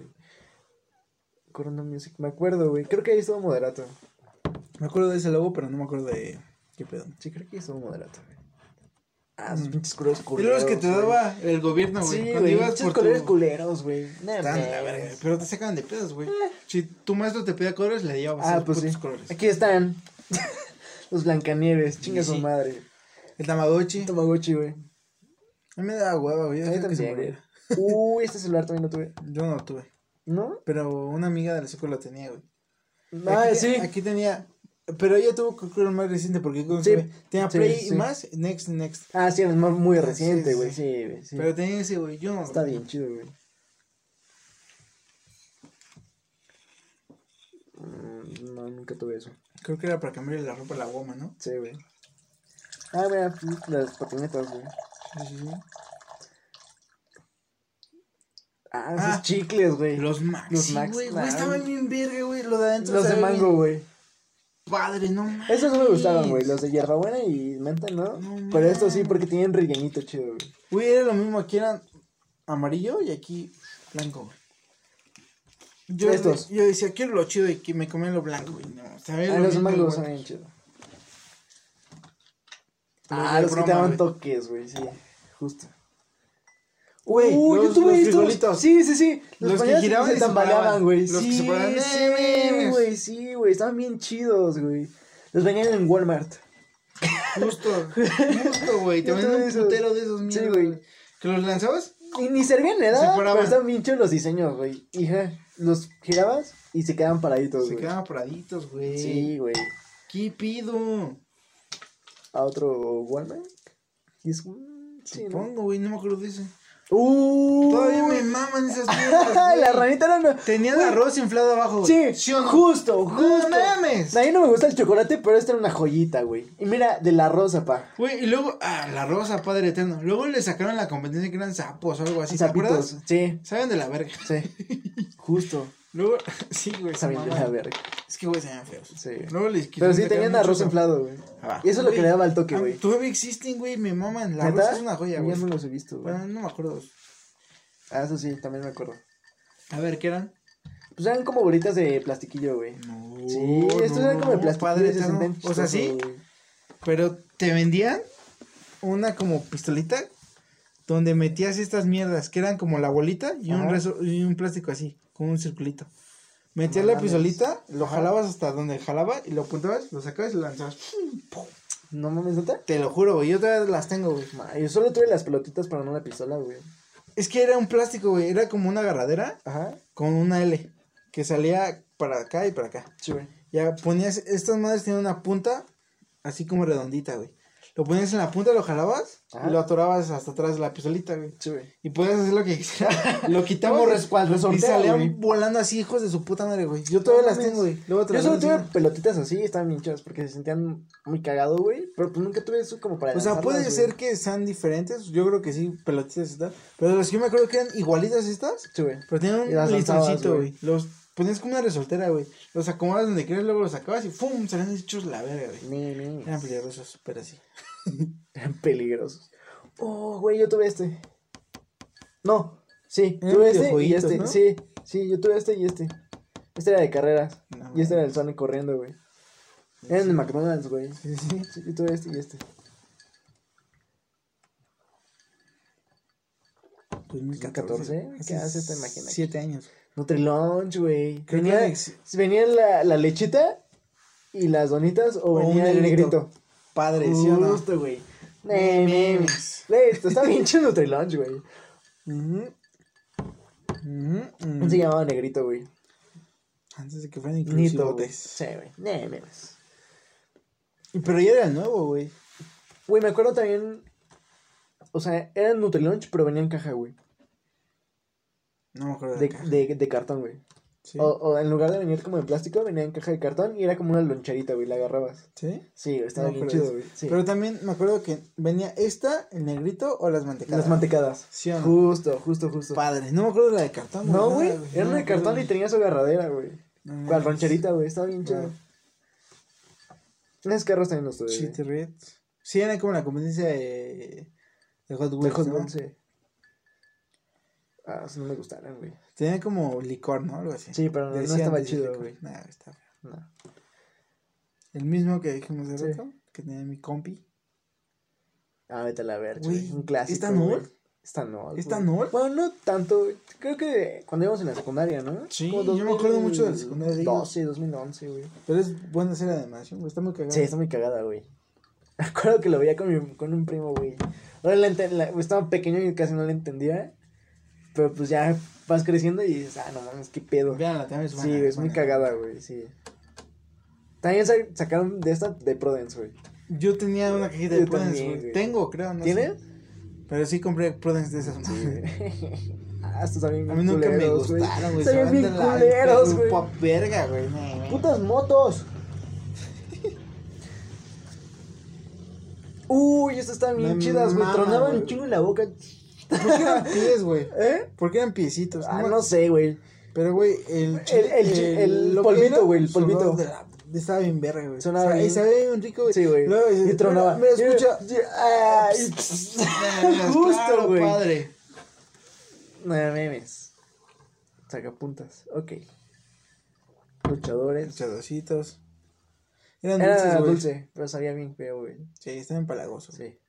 Corona Music, me acuerdo, güey. Creo que ahí estuvo moderato. Me acuerdo de ese logo, pero no me acuerdo de qué pedo. Sí, creo que ahí estuvo moderato, güey. Ah, Mm. esos pinches colores Era culeros. los que te güey. daba el gobierno, güey. Sí, Cuando güey. ibas Pinches por colores tu- culeros, güey. No Tan la mames. verga, pero te sacaban de pedos, güey. Si tu maestro te pedía colores, le llevabas Ah, los pues sí. putos colores. Aquí están. Los Blancanieves, chinga Sí, su sí. madre. El Tamagotchi. Tamagotchi, güey. A mí me daba hueva, güey. Yo A mí dejé que se también. muriera. Uy, este celular también lo tuve. Yo no lo tuve. ¿No? Pero una amiga de la escuela lo tenía, güey. Ah, aquí, sí. Aquí tenía. Pero ella tuvo creo que el más reciente porque creo que Sí. se- tenía Sí, Play sí. y más, Next, Next. Ah, sí, es más- muy Ah, reciente, sí, güey. sí. Sí, güey. Sí, Pero tenía ese, güey. Yo no. Está bien chido, güey. Mm, No, nunca tuve eso. Creo que era para cambiarle la ropa a la goma, ¿no? Sí, güey. Ah, mira, las patinetas, güey. Sí, sí, sí. Ah, esos Ah. chicles, güey. Los, Los Max. Los sí, Max, güey. claro. güey, Estaban bien verga, güey. Lo de adentro. de sabía mango, bien güey. Padre, no mames. Esos no me gustaban, güey. Los de hierbabuena y menta, ¿no? No Pero estos sí, mames. porque tienen rellenito chido, güey. Güey, era lo mismo. Aquí eran amarillo y aquí blanco, güey. Yo, Estos. yo decía, quiero lo chido y que me comían lo blanco, güey. No, sabía Ah, lo los mismo, mangos güey. saben bien chido. Los Ah, de los que te broma, daban güey. toques, güey, sí. Justo. Güey, Uy, yo tuve estos. frijolitos. Sí, sí, sí. Los, Los que pañales que giraban se y se tambaleaban, paraban. güey. Los que Sí, se paraban, ¡eh, sí, memes! güey, sí, güey. Estaban bien chidos, güey. Los venían en Walmart. Justo, justo, güey. Te Yo vendían tuve un esos. putero de esos mierdas. güey. güey. ¿Que los lanzabas? Y ni servían de nada, paraban. pero estaban bien chidos los diseños, güey. Hija, los girabas y se quedaban paraditos, Se güey. quedaban paraditos, güey. Sí, güey. ¿Qué pido? A otro Walmart. Y es... Sí, ¿no? Supongo, güey. No me acuerdo de ese. ¡Uh! Todavía me maman esas mierdas. la güey. ranita era una... Tenía el Güey. arroz inflado abajo. Sí, güey. o no? justo, justo. No mames. A mí no me gusta el chocolate, pero esta era una joyita, güey. Y mira, de la rosa, pa. Güey, y luego, ah, la rosa, padre eterno. Luego le sacaron la competencia que eran sapos o algo así, ¿te Zapitos. acuerdas? Sí, Saben de la verga. sí. Justo. Luego, sí, güey. se Saben de maman. la verga. Es que, güey, se llaman feos. Sí. Luego les Pero quitaron- sí sacaron tenían arroz muchos- inflado, güey. Ah, Y eso es lo que güey, le daba al toque, ah, güey. Todavía existen, güey, me maman. La ¿Neta? rosa es una joya, Yo güey. no los he visto, güey. Bueno, no me acuerdo. Ah, eso sí, también me acuerdo. A ver, ¿qué eran? Pues eran como bolitas de plastiquillo, güey. No. Sí, estos eran como de plastiquillo. Oh, Padre y se eterno. sentían O sea, sí, chistosos, güey. pero te vendían una como pistolita donde metías estas mierdas que eran como la bolita y, un, Ajá. reso- y un plástico así, con un circulito. Metías No la mames. pistolita, lo Ajá. jalabas hasta donde jalaba y lo apuntabas, lo sacabas y lo lanzabas. No mames, ¿neta? Te lo juro, güey, yo todavía las tengo, güey. Ma, Yo solo tuve las pelotitas, pero no la pistola, güey. Es que era un plástico, güey, era como una agarradera Ajá. con una L que salía para acá y para acá. Sí, güey. Ya ponías, estas madres tienen una punta así como redondita, güey. Lo ponías en la punta, lo jalabas Ajá. y lo atorabas hasta atrás de la pistolita, güey. Sí, güey. Y podías hacer lo que quisieras. lo quitamos Como res- cual y resortera, salían güey. volando así, hijos de su puta madre, güey. Yo todavía las mames. tengo, güey. Luego te Yo las solo mando, tuve sí. pelotitas así, estaban bien chidas porque se sentían muy cagado, güey. Pero pues nunca tuve eso como para. O sea, lanzarlas, puede güey. ser que sean diferentes. Yo creo que sí, pelotitas y tal. Pero las que yo me acuerdo que eran igualitas estas. Sí, güey. Pero tenían Y las un lanzabas, listoncito, güey. güey. Los ponías como una resortera, güey. Los acomodabas donde quieras, luego los sacabas y ¡fum! Salían hechos la verga, güey. Ni, ni. Eran peligrosos, pero así. Eran peligrosos. Oh, güey, yo tuve este. No, sí, Eran tuve este y videojueguitos, este. ¿no? Sí, sí, yo tuve este y este. Este era de carreras. No, y este era del Sonic corriendo, güey. Eran de McDonald's, güey. Sí, sí. Sí, yo tuve este y este. ¿2014? Pues ¿Qué hace esta máquina aquí? Siete años. Nutrilunch, güey. Creo que Venía, ex- venía la, la lechita y las donitas o, O un venía el negrito. negrito. Padre, ¿sí o no? Justo, güey. Ne, ne, ne. Güey, esto está bien chido Nutrilunch, güey. Ujú. Ujú, ujú. Se llamaba negrito, güey. Antes de que fueran Nito, güey. inclusivotes. Sí, güey. Ne, ne, ne. Pero ya era nuevo, güey. Güey, me acuerdo también. O sea, eran Nutrilunch, pero venía en caja, güey. No me acuerdo de, De, la Ah, caja. de, de cartón, güey. ¿Sí? O, o en lugar de venir como en plástico, venía en caja de cartón y era como una loncherita, güey. La agarrabas. ¿Sí? Sí, güey, estaba No, bien pero chido, es- güey. Sí. Pero también me acuerdo que venía esta, el negrito o las mantecadas. Las mantecadas. Sí o no. Justo, justo, justo. Padre, no me acuerdo de la de cartón. No, nada, güey. Era No una me de cartón acuerdo. y tenía su agarradera, güey. No mames. Cual rancherita, güey. Estaba bien chido. Claro. Esos carros también los tuve. güey. Shit, Red. Sí, era como la competencia de, de Hot Wheels. Lejos ¿no? dulce. Ah, esos no me gustaron, güey. Tenía como licor, ¿no? Algo así. Sí, pero no, no Decían estaba de chido, licor. güey. Nah, está feo. No. El mismo que dijimos de Sí. rato, que tenía mi compi. Ah, vete a la verga, Güey, güey. Un clásico. ¿está Nord? güey. Está Nord. ¿Está güey. Nord? Bueno, no tanto, güey. Creo que cuando íbamos en la secundaria, ¿no? Sí, yo me acuerdo mucho de la secundaria, digo. 2012, 2011, güey. Pero es buena serie de animación, güey. Está muy cagada. Sí, está muy cagada, güey. Me acuerdo que lo veía con, mi- con un primo, güey. Ahora la ente- la- pues, estaba pequeño y casi no le entendía. Pero pues ya vas creciendo y dices, ah, no mames, qué pedo. Véanla, también es buena. sí, es muy buena. cagada, güey, sí. También sa- sacaron de esta de Prudence, güey. Yo tenía una cajita de Yo Prudence, también, güey. güey. Tengo, creo, no ¿Tiene? sé. Pero sí compré Prudence de esas. Sí, güey. ah, estos también A mí nunca me culeros, güey. gustaron, güey. Estaban bien culeros, güey. verga, güey. no, no. ¡Putas motos! Uy, estas están bien Me chidas, güey. mama, Tronaban güey. un chingo en la boca. ¿Por qué eran pies, güey? ¿Eh? Porque eran piecitos. Ah, me- no sé, güey. Pero, güey, el, El- el chi- el lo que polvito, era, güey, el su olor polvito. de la- estaba bien verga, güey. Sonaba O sea, bien. Y sabía bien rico, güey. Sí, güey. Luego, Y tronaba. Mira, mira, escucha. Y- ay, Justo, Claro, güey. padre. No memes. Sacapuntas. Ok. Luchadores. Luchadorcitos. Eran dulces, Era güey. dulce, pero sabía bien feo, güey. Sí, estaban empalagosos. Sí.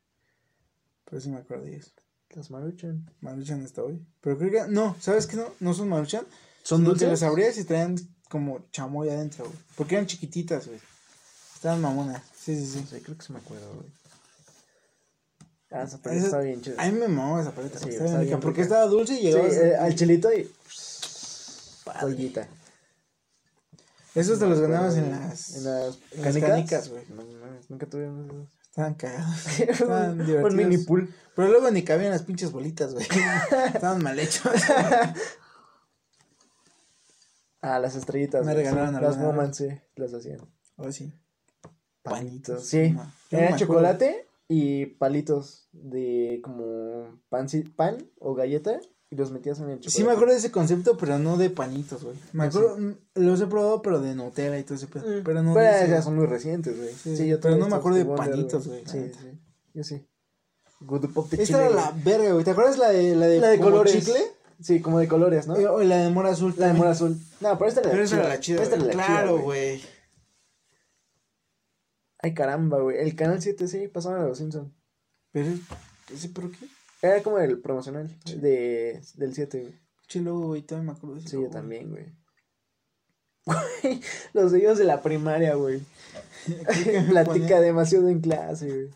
Pero sí me acuerdo de ellos. Las maruchan. Maruchan está hoy. Pero creo que. No, ¿sabes qué no? No son Maruchan. ¿Son sino que dulces? Las abrías y traían como chamoy adentro, güey. Porque eran chiquititas, güey. Estaban mamonas. Sí, sí, sí. No sé, creo que se me acuerdo, güey. Ah, esa Esa- paleta estaba bien chida. A mí me mamaba esa paleta. Sí, güey, estaba estaba bien bien rica. Porque rica. estaba dulce y Sí, llegaba. eh, al chilito y. Joyita. Esos te los ganabas en Pero, las. En las en las canicas. canicas, güey. No mames, nunca tuvimos esos. Estaban cagados. Estaban Un mini divertidos. pool. Pero luego ni cabían las pinches bolitas, güey. Estaban mal hechos. Ah, las estrellitas. Me güey, regalaron sí, Las alguna Moman, sí. Las hacían. Eh, Oh, sí. Panitos. Sí. no. Yo no Era me acuerdo. chocolate y palitos de como pan, pan o galleta y los metías en el chocolate. Sí me acuerdo de ese concepto, pero no de panitos, güey. Me Ah, sí. acuerdo, mm, los he probado, pero de Nutella y todo ese pedo. Mm. Pero no de Pero ese- ya son muy recientes, güey. Sí, Sí, sí. Pero yo tuve no me estos acuerdo de de Wonder, panitos, güey, la Sí, neta. sí. Yo sí. Good Pop de Esta Chile, era güey. la verga, güey. ¿Te acuerdas la de, la de, La de como colores. chicle? Sí, como de colores, ¿no? Eh, O la de mora azul. La de también. mora azul. No, pero esta era Pero esa era la chida. Esta era güey. la chida, Claro, güey. Ay, caramba, güey. El canal 7 sí pasaban a los Simpsons. Pero, ¿ese pero qué? Era como el promocional de, del 7, güey. Chilo, güey, todavía me acuerdo de ese Sí, logo, yo güey. también, güey. Güey, Los sellos de la primaria, güey. Creo que me Platica ponían- demasiado en clase, güey.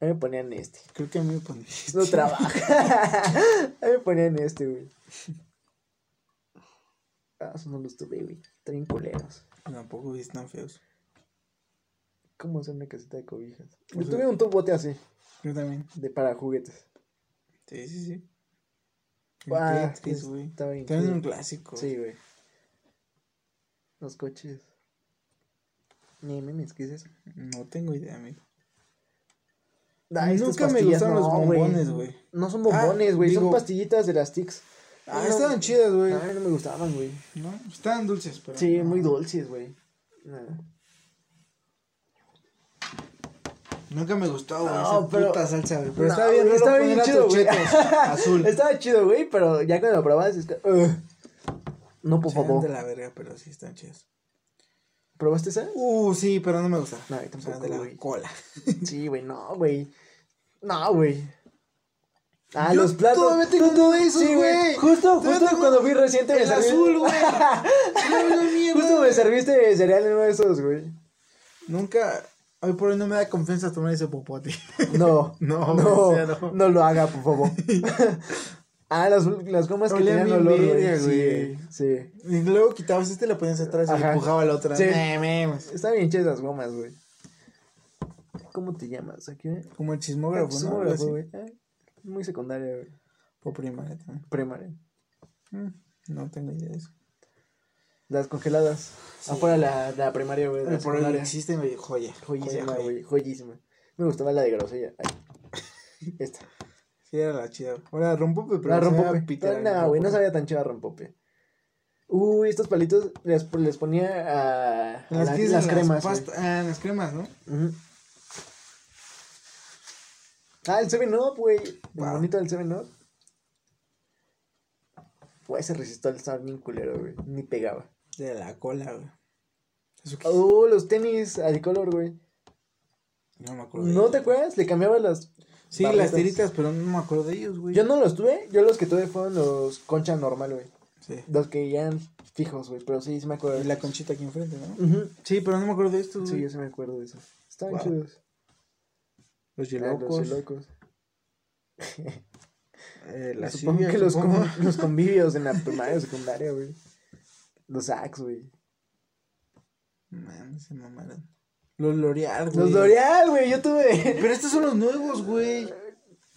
A mí me ponían este. Creo que a mí me ponían este. No trabaja. A mí me ponían este, güey. Ah, esos no los tuve, güey. Están bien culeros. Tampoco, güey, están feos. ¿Cómo hacer una casita de cobijas? O Yo sea- tuve un tubote así, Yo también. de para juguetes. Sí, sí, sí. El Ah, Tetris, sí, güey. está bien También chido. un clásico. Sí, güey. Los coches. Ni memes, ¿qué es eso? No tengo idea, amigo. Ah, estas Nunca me pastillas, gustaron los no, güey. bombones, güey. No son bombones, Ah, güey. digo- Son pastillitas de las tics. Ah, No, estaban chidas, güey. Ay, no me gustaban, güey. ¿No? Estaban dulces, pero. Sí, no. muy dulces, güey. Nada. Nunca me gustó, güey. No, esa pero- puta salsa, güey. Pero No, estaba bien, güey, raro estaba bien poner chido, güey. atuchetos Azul. Estaba chido, güey, pero ya cuando lo probabas es que... "Ugh". no, por Se ven favor. de la verga, pero sí están chidas. ¿Probaste esa? Uh, sí, pero no me gusta. No, a mí Estaban tampoco, de la güey. cola. Sí, güey, no, güey. No, güey. Ah, Yo los platos. todavía tengo Tú- uno de esos, sí, güey. Justo, Todavía justo tengo cuando fui reciente me El serví- azul, güey. No, no, mierda, Justo me güey. serviste de cereal en uno de esos, güey. Nunca. Hoy por hoy no me da confianza tomar ese popote. No, No, no, o sea, no. no lo haga, por favor. ah, las, las gomas que Olían tenían bien olor, verga, güey. güey. Sí, sí. Y luego quitabas este, la ponías atrás y Ajá. empujaba la otra. Sí. Me, me, me. Están bien chidas las gomas, güey. ¿Cómo te llamas? ¿Aquí? Como el chismógrafo, ¿no? Algo así. güey. Ah, Muy secundaria, güey. O primaria también. Primaria. Mm, No tengo idea de eso. Las congeladas. Afuera la, la primaria, güey. Hoy La por hoy secundaria. existen, güey. Joya. Joya, Joyísima, joya. güey. Joyísima. Me gustaba la de grosella. Ay. Esta. Sí, era la chida. Ahora rompope, pero La se llama rompope. pítera, No, güey, no rompope. sabía tan chida rompope. Uy, estos palitos les, les ponía a, a En Las, la- que dicen las cremas. güey. pasta- ah, en las cremas, ¿no? Ujú. Ah, el 7 Up, güey. El Wow. bonito del 7 Up. Güey, ese resistol estaba bien culero, güey. Ni pegaba. De la cola, güey. Eso que- Oh, los tenis color, güey. No me acuerdo. de ¿No ellos. te acuerdas? Le cambiaba las. Sí, las barritas. tiritas, pero no me acuerdo de ellos, güey. Yo no los tuve. Yo los que tuve fueron los concha normal, güey. Sí. Los que ya eran fijos, güey. Pero sí, sí me acuerdo. Y la conchita aquí enfrente, ¿no? Ujú. Sí, pero no me acuerdo de estos, Sí, güey. yo sí me acuerdo de eso. Estaban Wow. chidos. Los Ah, los yelocos. locos. eh, la supongo silla, que los, supongo. con- los convivios en la primaria o secundaria, güey. Los Axe, güey. Man, se mamaron. Los L'Oreal, güey. Los L'Oreal, güey, yo tuve. Pero estos son los nuevos, güey.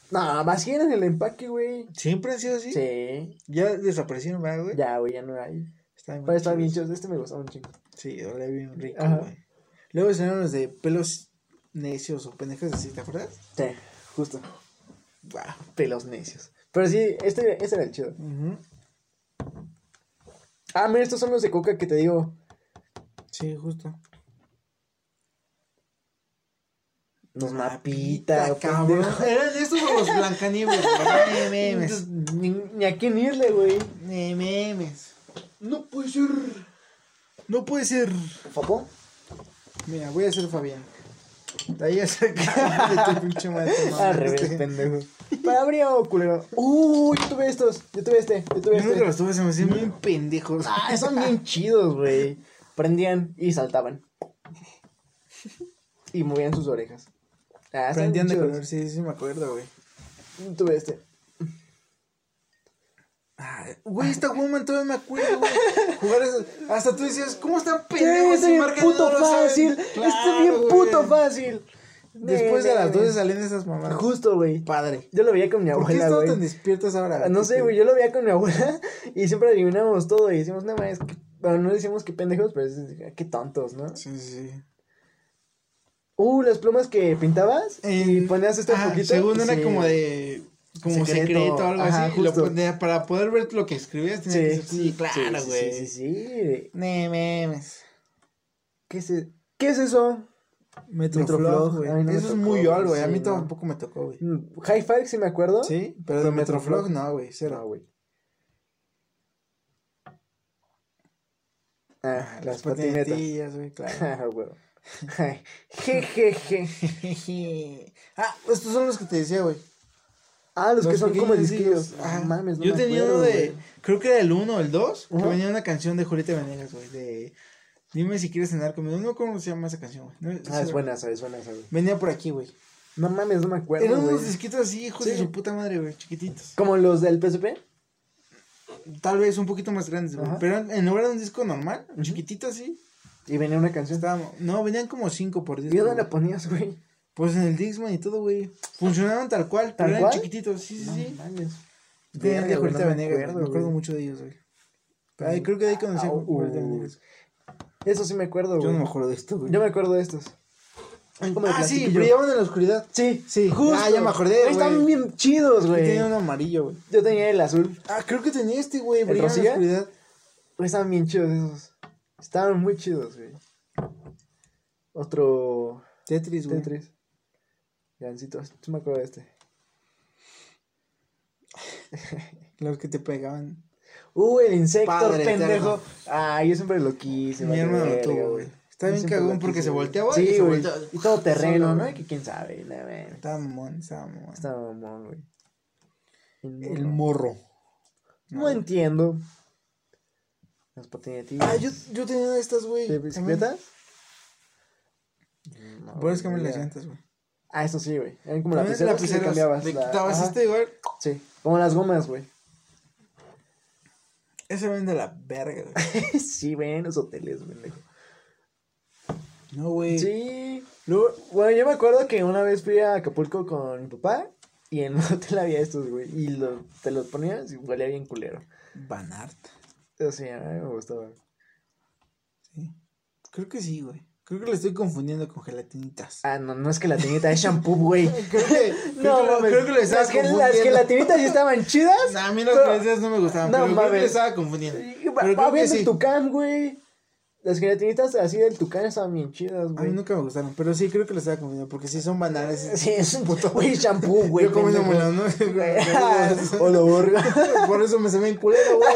No, más que en el empaque, güey. Siempre han sido así. Sí. Ya desaparecieron, ¿verdad, güey? Ya, güey, ya no hay. Estaban Pero está bien chidos. chido. Este me gustaba un chingo. Sí, olía bien rico, Ajá. güey. Luego salieron los de pelos necios o pendejas así, ¿te acuerdas? Sí, justo. Wow. Pelos necios. Pero sí, este, este era el chido. Ah, mira, estos son los de coca que te digo. Sí, justo. Los Mapita, mapita, cabrón. pendejo. Ah, Eran estos o los Blancanieves. güey. memes. Entonces, Ni, ni a quién irle, güey. Ne memes. No puede ser. No puede ser. ¿Papo? Mira, voy a ser Fabián. De ahí acerca de tu pinche madre. no, Al revés, este. pendejo. Pabrio, culero. Uy, yo tuve estos. Yo tuve este. Yo tuve Yo nunca este. los tuve, se me hacían bien pendejos. Ah, son bien chidos, güey. Prendían y saltaban. Y movían sus orejas. Ah, están Prendían bien de chidos. color, sí, sí me acuerdo, güey. Yo Tuve este. Ah, Güey, esta woman todavía me acuerdo, güey. Jugar esas- Hasta tú decías, ¿cómo están Este pendejos? es si bien marcan y puto no lo saben? fácil. Claro, este es bien güey. puto fácil. Después de las 12 dos salen esas mamadas. Justo, güey. Padre. Yo lo veía con mi ¿Por qué abuela, están tan güey. despiertos ahora? Ah, No sé, güey. Yo lo veía con mi abuela y siempre adivinábamos todo y decíamos, nada más. Bueno, no decíamos que pendejos, pero es- qué tontos, ¿no? Sí, sí. Uh, las plumas que pintabas y En- ponías esto Ajá, un poquito. Según era sí. como de. Como secreto, Secreto, o algo ajá, así. y lo justo. ponía- para poder ver lo que escribías, tenía que Sí, ser- sí, claro, sí, güey. Sí, sí, sí. Ne memes. ¿Qué es, e- qué es eso? Metroflog, Metroflog, güey. ay, no me Eso es tocó, muy old, güey. A sí, mí no. tampoco me tocó, güey. Mm, High five, sí me acuerdo. Sí, pero de Pero Metroflog Metroflog no, güey. Pero, Cero. güey. Ah, las patinetas. patinetillas, güey, claro. Ah, güey. Jejeje. ah, estos son los que te decía, güey. Ah, los, que son como pequeños, disquillos. sí, los- Ah, ajá. mames, no Yo me tenía acuerdo, uno de. güey. Ah, Creo que era el 1 o el 2. Que Ajá. venía una canción de Julieta Venegas, güey. De. Dime si quieres cenar conmigo. No me acuerdo cómo se llama esa canción, güey. No, Ah, es sí, buena, esa, es buena, esa, güey. Venía por aquí, güey. No mames, no me acuerdo. Eran unos güey. disquitos así, hijos Sí. de su puta madre, güey. Chiquititos. Como los del PSP. Tal vez un poquito más grandes, güey. Ajá. Pero eran- en lugar de un disco normal, chiquitito así. Y venía una canción. Estábamos. No, venían como 5 por ¿Y disco. dónde la güey. ponías, güey? Pues en el Dixman y todo, güey. Funcionaban tal cual, pero ¿Tal eran cual? chiquititos, sí, sí, No sí. mames. De, de Verga, güey, Julieta no me Venegas, güey. acuerdo, Me acuerdo güey. mucho de ellos, güey. Ay, creo que de ahí conocí a Au, Julieta uh, Venegas. Eso sí me acuerdo, Yo güey. no me acuerdo de esto, güey. Yo me acuerdo de estos. Como de Ah, sí, plastiquillo. brillaban en la oscuridad. Sí, Sí, ah, ya me acordé, Güey, Están güey. bien chidos, Yo güey. tenía uno amarillo, güey. Yo tenía el azul. Ah, creo que tenía este, güey. ¿El Brillaban en la rosilla? oscuridad. Güey, Estaban bien chidos esos. Estaban muy chidos, güey. Otro Tetris, güey. Tetris. Gancito. Yo me acuerdo de este. Los que te pegaban. Uh, el insecto, Padre pendejo. Ay, yo siempre lo quise. Mi vale hermano lo verga, tuvo, güey. Está Yo bien siempre cagón lo porque quise, se güey. volteaba y Sí, se güey. volteaba. Y todo terreno, Solo, ¿no? güey. Que quién sabe, la verga. Estaba mamón, estaba mamón. Estaba mamón, güey. El morro. El morro. no entiendo. Las patinetillas. Ah, yo, yo tenía estas, güey. ¿De bicicleta? No, Puedes cambiar las ya. llantas, güey. Ah, eso sí, güey. Eran como También lapiceros, y pues, le lapiceros. cambiabas. Le la- quitabas ajá, este igual. Sí, como las gomas, güey. Ese vende la verga, güey. sí, güey, en los hoteles, pendejo. No, güey. Sí. Luego, bueno, yo me acuerdo que una vez fui a Acapulco con mi papá y en un hotel había estos, güey. Y lo- te los ponías y huele bien culero. Banart. Eso sí, a mí me gustaba. Sí. Creo que sí, güey. Creo que lo estoy confundiendo con gelatinitas. Ah, no, no es que la tinita es shampoo, güey. Creo que, creo que lo- mames, creo que lo estaba las, que, las confundiendo. gelatinitas sí estaban chidas. Nah, a mí las Pero- gelatinitas no me gustaban, No, pero creo que mames. lo estaba confundiendo. Y- Pero Va creo que viendo sí. el tucán, güey. Las gelatinitas así del tucán estaban bien chidas, A mí güey. nunca me gustaron, pero sí creo que lo estaba confundiendo, porque sí son banales. Sí, es un puto güey shampoo, güey. Yo comiendo pendejo. melón, ¿no? O lo verga. Por eso me se me culero, güey.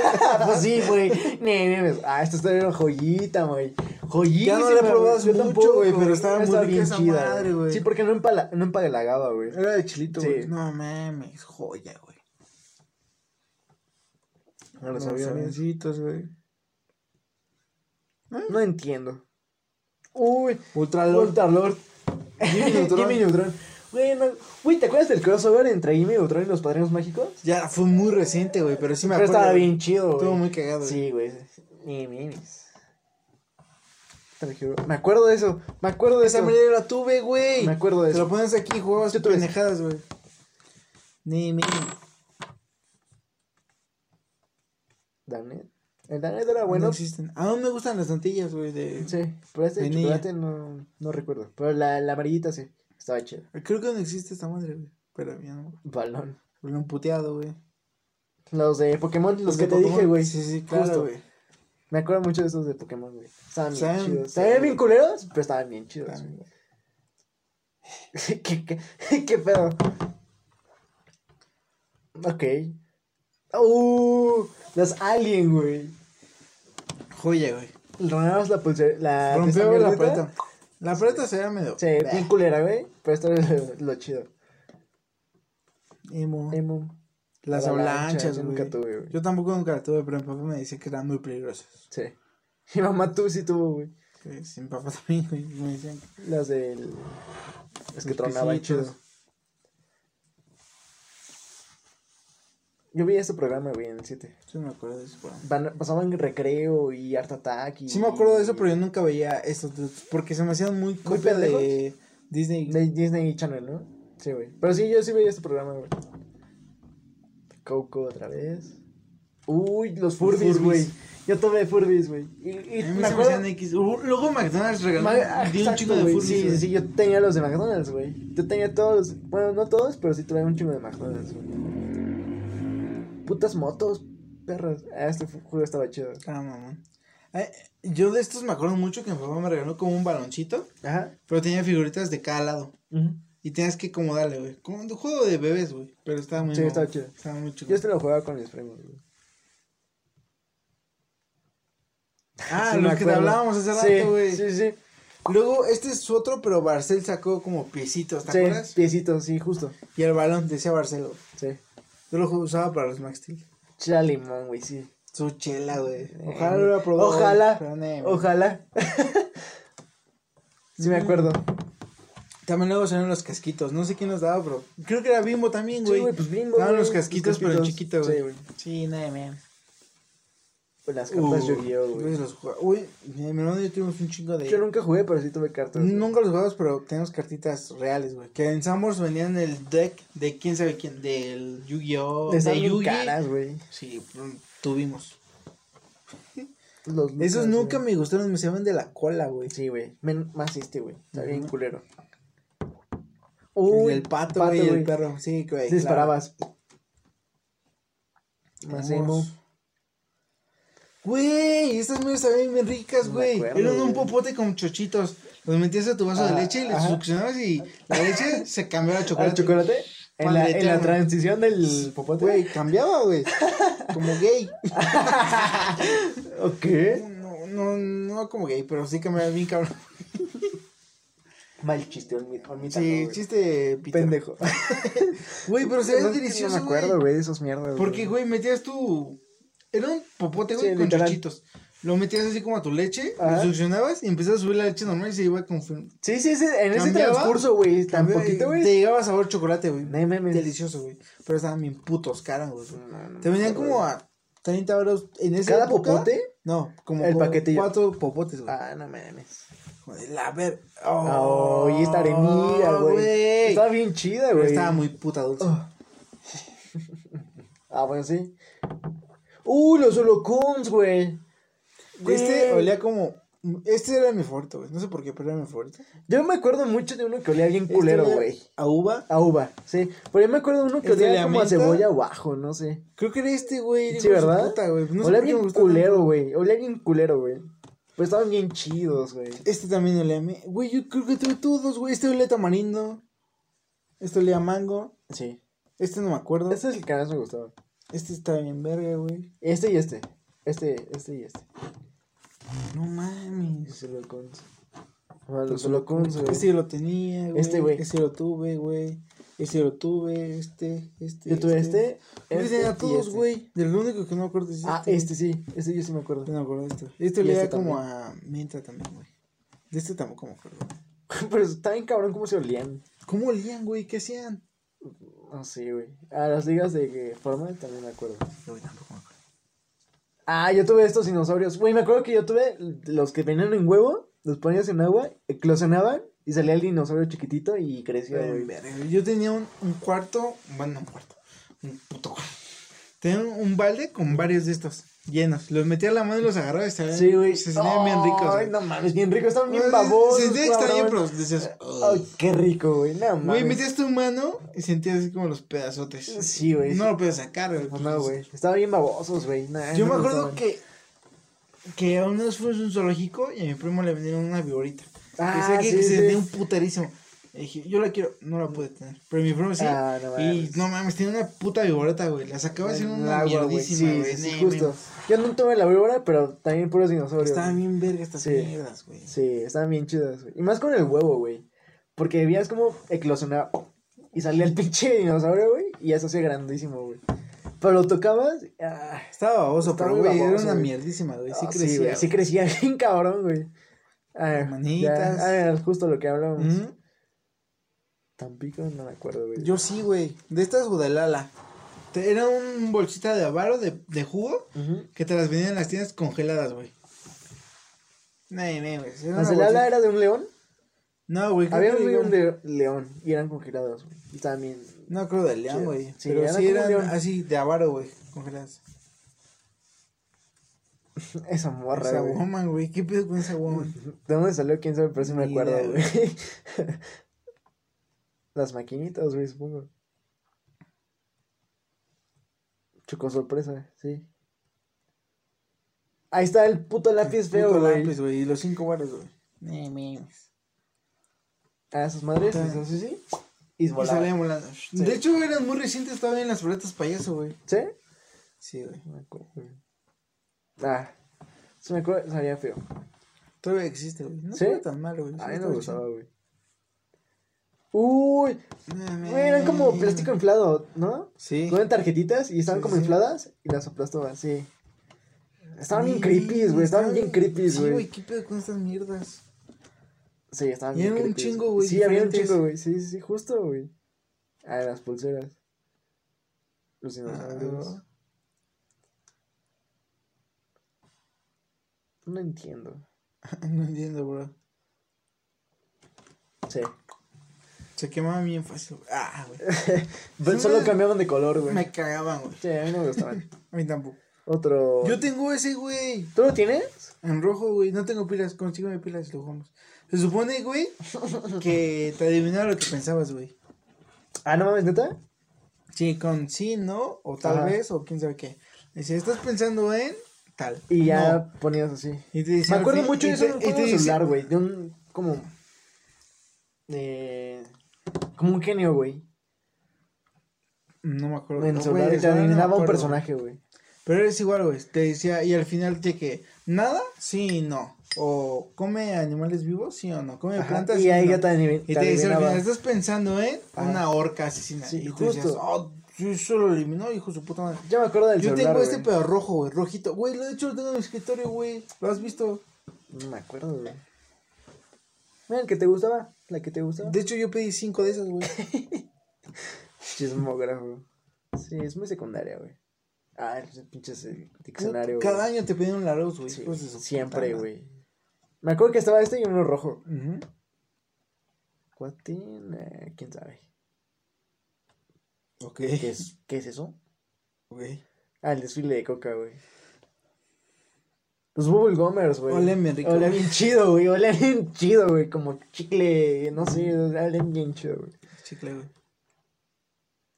pues sí, güey. Ne, ne, ne. Ah, esta está bien joyita, güey. Joyita. Ya no la he probado mucho, güey, pero estaba muy rica bien esa chida. madre, güey. Sí, porque no, empala, no empalagaba, güey. Era de chilito, Sí. güey. No mames, joya, güey. No lo Los sabía. güey. avioncitos, güey. No entiendo. Uy, Ultralord. Ultralord. Jimmy Neutron. Jimmy Neutron. Güey, no- güey, ¿te acuerdas del crossover entre Jimmy Neutron y los Padrinos Mágicos? Ya fue muy reciente, güey, pero sí me Pero acuerdo. estaba güey. bien chido, güey. Estuvo muy cagado, güey. Sí, güey. Ni mimis. Te lo juro. Me acuerdo de eso. Me acuerdo de Esa eso. manera yo la tuve, güey. Me acuerdo de Te lo eso. pones aquí y jugabas Yo tuve esa. pendejadas, güey. Ni, ni. Danet. El Danet era bueno. No existen. Aún me gustan las tortillas, güey. De... Sí, pero este De de niña. chocolate no, no recuerdo. Pero la, la amarillita sí, estaba chida. Creo que no existe esta madre, güey. Pero ya no. Balón. Porque un puteado, güey. Los de Pokémon, los, que de te Pokémon. dije, güey. Sí, sí, Justo. claro, güey. Me acuerdo mucho de esos de Pokémon, güey. Estaban bien Estaban- chidos. estaban Estaban bien bien. culeros, pero estaban bien chidos. Estaban güey. ¿Qué, qué, qué pedo? Ok. Uh, las Alien, güey. Joya, güey. Rompemos la pulsera. La, Rompió esa Ah, la mierdita. paleta. La paleta se era medio. Sí, Bleh. bien culera, güey. Pero esto es lo, lo chido. Emo. Emo. Las avalanchas, yo güey. nunca tuve, güey. Yo tampoco nunca la tuve, pero mi papá me decía que eran muy peligrosas. Sí. Mi mamá tú sí tuvo, güey. Que sí, mi papá también, güey. Me decían que. Las del. Es que Los tronaban pisitos. chido. Yo vi ese programa, güey, en el 7. Sí, me acuerdo de eso, pero- Van- Pasaban recreo y Art Attack. Y... Sí, me acuerdo de eso, pero yo nunca veía estos dudes, Porque se me hacían muy copia pendejos? de Disney. De Disney Channel, ¿no? Sí, güey. Pero sí, yo sí veía este programa, güey. Coco otra vez. Uy, los Furbies, Furbies. güey. Yo tomé Furbies, güey. Y, A y mí me me se me acuerdo. hacían X. Uh, Luego McDonald's regaló Ma- ah, dio un exacto, chingo de güey. furbies. Sí, güey. sí, sí, yo tenía los de McDonald's, güey. Yo tenía todos, los- bueno, no todos, pero sí tenía un chingo de McDonald's, güey. Putas motos, perros. Ah, Este fu- juego estaba chido. Ah, mamón. Eh, yo de estos me acuerdo mucho que mi papá me regaló como un baloncito, Ajá. pero tenía figuritas de cada lado. Y tenías que acomodarle, güey. Como un juego de bebés, güey. Pero estaba muy Sí, mamón. estaba chido. Estaba muy chido. Yo este lo jugaba con mis primos, güey. Ah, Sí, me los que te acuerdo. hablábamos hace Sí, rato, güey. Sí, sí, Luego, este es otro, pero Barcel sacó como piecitos, ¿te sí. acuerdas? Piecitos, sí, justo. Y el balón, decía Barcel, güey. Sí. Yo lo usaba para los Max Steel. Chela limón, güey, sí. Su chela, güey. Eh, Ojalá lo hubiera probado. Ojalá. pero no, eh. güey. Ojalá. sí, me acuerdo. También luego salieron los casquitos. No sé quién los daba, pero creo que era Bimbo también, Sí, güey. güey, pues Bimbo, Daban güey, los casquitos, los pero en casquitos. chiquito, güey. Sí, güey. Sí, nada, man. Con Las cartas Uh, Yu-Gi-Oh, güey. entonces los jugaba- Uy, eh, mi hermano y yo tuvimos un chingo de. Yo nunca jugué, pero sí tuve cartas. güey. Nunca los jugamos, pero tenemos cartitas reales, güey. Que en Sambors venían el deck de quién sabe quién, del Yu-Gi-Oh, Están de bien Yu-Gi. caras, güey. Sí, mm, tuvimos. Los Lucas, Esos nunca güey. me gustaron, me saben de la cola, güey. Sí, güey. Men- Más este, güey. Está bien Ujú. culero. el del pato, güey, y el perro. Sí, güey. claro. Disparabas. Más emo. Vamos. Güey, estas me sabían bien ricas, No me güey. acuerdo, Eran un güey. popote con chochitos. Los metías a tu vaso de Ah, leche y le ajá. succionabas y la leche se cambiaba a chocolate. ¿Al chocolate? En la, Padre en la eterno. transición del popote. Güey, cambiaba, güey. Como gay. ¿O qué? ¿Eh? No, no, no como gay, pero sí cambiaba bien cabrón. Mal chiste, olmi- olmítalo, Sí, güey. chiste pítero. Pendejo. Güey, pero se ve No, delicioso. No me acuerdo, güey, de esas mierdas. Porque, güey, metías tu. Era un popote, güey, Sí, con literal. chuchitos. Lo metías así como a tu leche, Ajá. lo succionabas y empezabas a subir la leche normal y se iba con. Sí, sí, sí, en ese Cambiaba, transcurso, güey, tan poquito, Te güey. llegaba sabor chocolate, güey. No mames. Delicioso, güey. Pero estaban bien putos caros, güey. No, no, Te venían no, como güey. a 30 euros en ese ¿Cada popote? No, como El por paquetillo. cuatro popotes, güey. Ah, no mames. Joder, la ver. Oh, y esta arenilla, güey. Estaba bien chida, Pero güey. Oh, Estaba muy puta dulce. Ah, bueno, sí. Uh, los holocuns, güey. Este Güey. olía como. Este era mi favorito, güey. No sé por qué, pero era mi favorito. Yo me acuerdo mucho de uno que olía bien Este culero, olía güey. A uva. A uva, sí. Pero yo me acuerdo de uno que Este olía olía a como a menta. cebolla abajo, no sé. Creo que era este, güey. hijo Sí, de su ¿verdad? Puta, güey. No sé olía por qué me bien gustó culero, tanto. güey. Olía bien culero, güey. Pero estaban bien chidos, güey. Este también olía a mí. Güey, yo creo que tuve todos, güey. Este olía a tamarindo. Este olía a mango. Sí. Este no me acuerdo. Este es el que más me gustaba. Este está bien verga, güey. Este y este. Este, este y este. No mames. Los holocuns. Ah, los Los holocuns, güey. Este yo lo tenía, güey. Este, güey. Este yo lo tuve, güey. Este yo lo tuve, este, este. Yo tuve este. Yo este tenía y todos, este. güey. Del único que no me acuerdo es Ah, güey. este sí. Este yo sí me acuerdo. No me acuerdo de esto. Este Y olía este como a menta también, güey. De este tampoco me acuerdo. Pero está bien cabrón cómo se olían. ¿Cómo olían, güey? ¿Qué hacían? No sé, güey. A las ligas de que forma también me acuerdo. Yo tampoco me acuerdo. Ah, yo tuve estos dinosaurios. Güey, me acuerdo que yo tuve los que venían en huevo, los ponías en agua, eclosionaban y salía el dinosaurio chiquitito y crecía, güey. Yo tenía un, un cuarto, bueno, un cuarto, un puto cuarto. Tenía un, un balde con varios de estos llenos. Los metía a la mano y los agarraba y se, Sí, güey. se sentían bien ricos. Ay, güey. no mames, bien ricos, estaban O bien sea, babosos. Se sentía extraño, cabrón. pero decías. "Ugh". Ay, qué rico, güey. No mames. Güey, metías tu mano y sentías así como los pedazotes. Sí, güey. No lo puedes sacar, güey. pues, Pues no, güey. Estaban bien babosos, güey. Nah, Yo no me acuerdo gustaban. que que una vez fuimos a un zoológico y a mi primo le vendieron una viborita. Ah, que sé que sí, se sí. sentía un puterísimo. Le dije, yo la quiero, no la pude tener. Pero mi primo sí. Ah, no y mames. no mames, tenía una puta viborita, güey. La sacaba así En una agua, güey. mierdísima, Sí, güey. sí, sí, Neme. justo. Yo no tuve la víbora, pero también puros dinosaurios. Estaban bien verga estas Sí. mierdas, güey. Sí, estaban bien chidas, güey. Y más con el huevo, güey. Porque veías como eclosionaba y salía el pinche dinosaurio, güey. Y eso hacía grandísimo, güey. Pero lo tocabas. y, ah, Estaba baboso, Estaba pero muy güey, era baboso, una güey. mierdísima, güey. Sí ah, crecía. güey, sí güey. crecía bien cabrón, güey. Ah, Manitas. ya, ah, era justo lo que hablamos. Ujú. Tampico, no me acuerdo, güey. Yo sí, güey. De estas Gudalala. Te- Era un bolsita de avaro de, de jugo Ujú. que te las vendían en las tiendas congeladas, güey. No, no, güey. Era ¿La una celada bolsita- era de un león? No, güey. creo Había que era- un león, león y eran congelados, güey. Y también. No creo de león, Sí, güey. sí, pero era sí como eran león. así de avaro, güey. Congeladas. Esa morra, Esa güey. woman, güey. ¿Qué pedo con esa woman? ¿De dónde salió? ¿Quién sabe? Pero sí me Ni acuerdo, idea, güey. Las maquinitas, güey, supongo. Choco sorpresa, sí. Ahí está el puto lápiz feo, Puto güey. lápiz, güey. Y los cinco baros, güey. No mames. A Ah, sus madres. Ajá. eso sí, sí. Y Y volaba. salían volando. De hecho, güey, eran muy recientes todavía en las boletas payaso, güey. ¿Sí? Sí, güey. No me acuerdo, güey. Ah. Se me acuerdo, salía feo. Todavía existe, güey. No ¿Sí? era tan malo, güey. Sí, A mí no estaba me gustaba, güey. Uy, chido. No güey, eran como mames. plástico inflado, ¿no? Sí. No eran tarjetitas y estaban Sí, como sí. infladas y las aplastaba, sí. Estaban bien creepy, güey. Estaban bien creepy, Sí, güey. güey, ¿qué pedo con estas mierdas? Sí, estaban Y bien eran un creepys, chingo, güey, Sí, había un diferentes. chingo, güey. Sí, sí, sí, justo, güey. Ah, las pulseras. Los dinosaurios. Ah. No entiendo. No entiendo, bro. Sí. Se quemaban bien fácil, güey. Ah, güey. Pero Sí, solo me- cambiaban de color, güey. Me cagaban, güey. Sí, a mí no me gustaban. A mí tampoco. Otro. Yo tengo ese, güey. ¿Tú lo tienes? En rojo, güey. No tengo pilas. Consígueme pilas y lo jugamos. Se supone, güey, que te adivinaba lo que pensabas, güey. Ah, no mames, neta. Sí, con sí, no, o tal Ajá. vez, o quién sabe qué. Dice, estás pensando en tal. Y ya No. ponías así. Y te dice Me al acuerdo fin- mucho y de eso en te- un y te juego de dice- celular, güey. De un. Como. Eh, como un genio, güey. No me acuerdo. En No, celular güey, te ahora no me adivinaba un acuerdo. personaje, güey. Pero eres igual, güey. Te decía, y al final de que, nada, sí, no. o come animales vivos, sí o no, come Ajá, plantas. y sí o ahí no. ya te adivi- Y te te dice al adivinaba. final, estás pensando en Ajá. una orca asesina. Sí, y tú decías, justo. "Oh, sí, eso lo eliminó, hijo de su puta madre. Yo me acuerdo del Yo celular, tengo este güey. pedo rojo, güey, rojito. Güey, lo de hecho lo tengo en mi escritorio, güey. ¿Lo has visto? No me acuerdo, güey. Mira, el que te gustaba, la que te gustaba. De hecho, yo pedí cinco de esas, güey. Chismógrafo. Sí, es muy secundaria, güey. Ah, el pinche ese diccionario. güey. Cada año te pedían la luz, güey. Sí, hijos de su puta siempre, madre. güey. Me acuerdo que estaba este y uno rojo. Ujú. Cuatín, eh, quién sabe. Ok. ¿Qué es, ¿Qué es eso? Ok. Ah, el desfile de coca, güey. Los Bubble Gomers, güey. Olían bien rico. Olían bien chido, güey. Olían bien chido, güey. Como chicle, no sé. Olían bien chido, güey. Chicle, güey.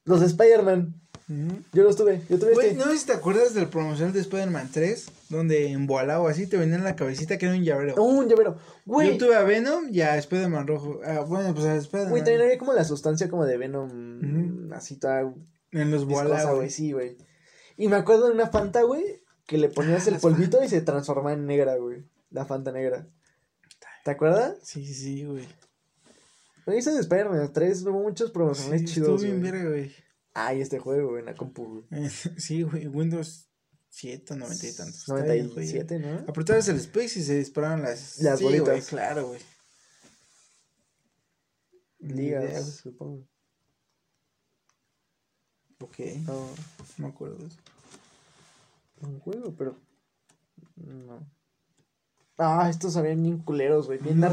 Los de Spider-Man. Ujú. Yo los tuve. Yo tuve Güey, este. no sé si te acuerdas del promocional de Spider-Man 3, donde en Boalá o así te vendían la cabecita que era un llavero. Oh, un llavero. Güey. Yo tuve a Venom y a Spider-Man rojo. Ah, bueno, pues a Spider-Man. Güey, también había como la sustancia como de Venom. Ujú. Así toda En los Boalá, viscosa, güey. güey. Sí, güey. Y me acuerdo de una Fanta, güey. Que le ponías Ah, el las polvito y se transformaba en negra, güey. La Fanta negra. ¿Te acuerdas? Sí, sí, sí, güey. Güey, Esa de Spider-Man 3 hubo muchos promocionales Sí, estuvo chidos, bien güey. verga, güey. Ay, este juego, güey, en la compu, güey. Sí, güey, Windows 7, 90 y tantos. Está bien, güey. 97, ¿no? Apretabas el space y se disparaban las... Las güey, bolitas. claro, güey. Ni idea, Ligas, güey. supongo. Ok, No, no me acuerdo de eso. un juego, pero. No. Ah, estos sabían bien culeros, güey. Bien No me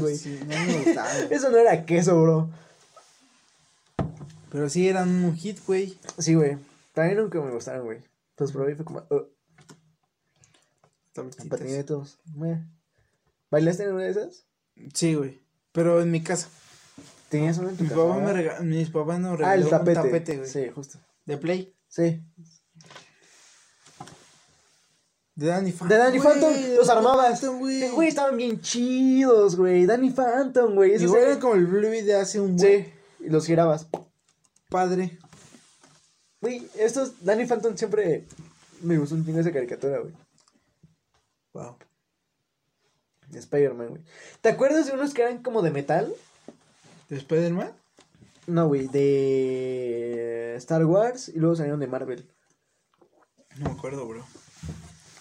gustaba, güey. Sí, no me gustaba, güey. Eso no era queso, bro. Pero sí eran un hit, güey. Sí, güey. También nunca me gustaron, güey. Los probé y fue como. Uh, Tabletitas. patinetos. meh. ¿Bailaste en una de esas? Sí, güey. Pero en mi casa. Tenías una en tu Mi casa, papá me ¿verdad? rega- mis papás nos Ah, regalaron el tapete. un tapete, güey. Sí, justo. De Play. Sí. De Danny Phantom. De Danny güey, Phantom, de los Danny armabas. Phantom, Eh, güey. Güey, estaban bien chidos, güey. Danny Phantom, güey. Esos Igual eran- era como el Bluey de hace un buen Sí, y los girabas. padre. Güey, estos. Danny Phantom siempre me gustó un chingo esa caricatura, güey. Wow. De Spider-Man, güey. ¿Te acuerdas de unos que eran como de metal? ¿De Spider-Man? No, güey, de Star Wars y luego salieron de Marvel. No me acuerdo, bro.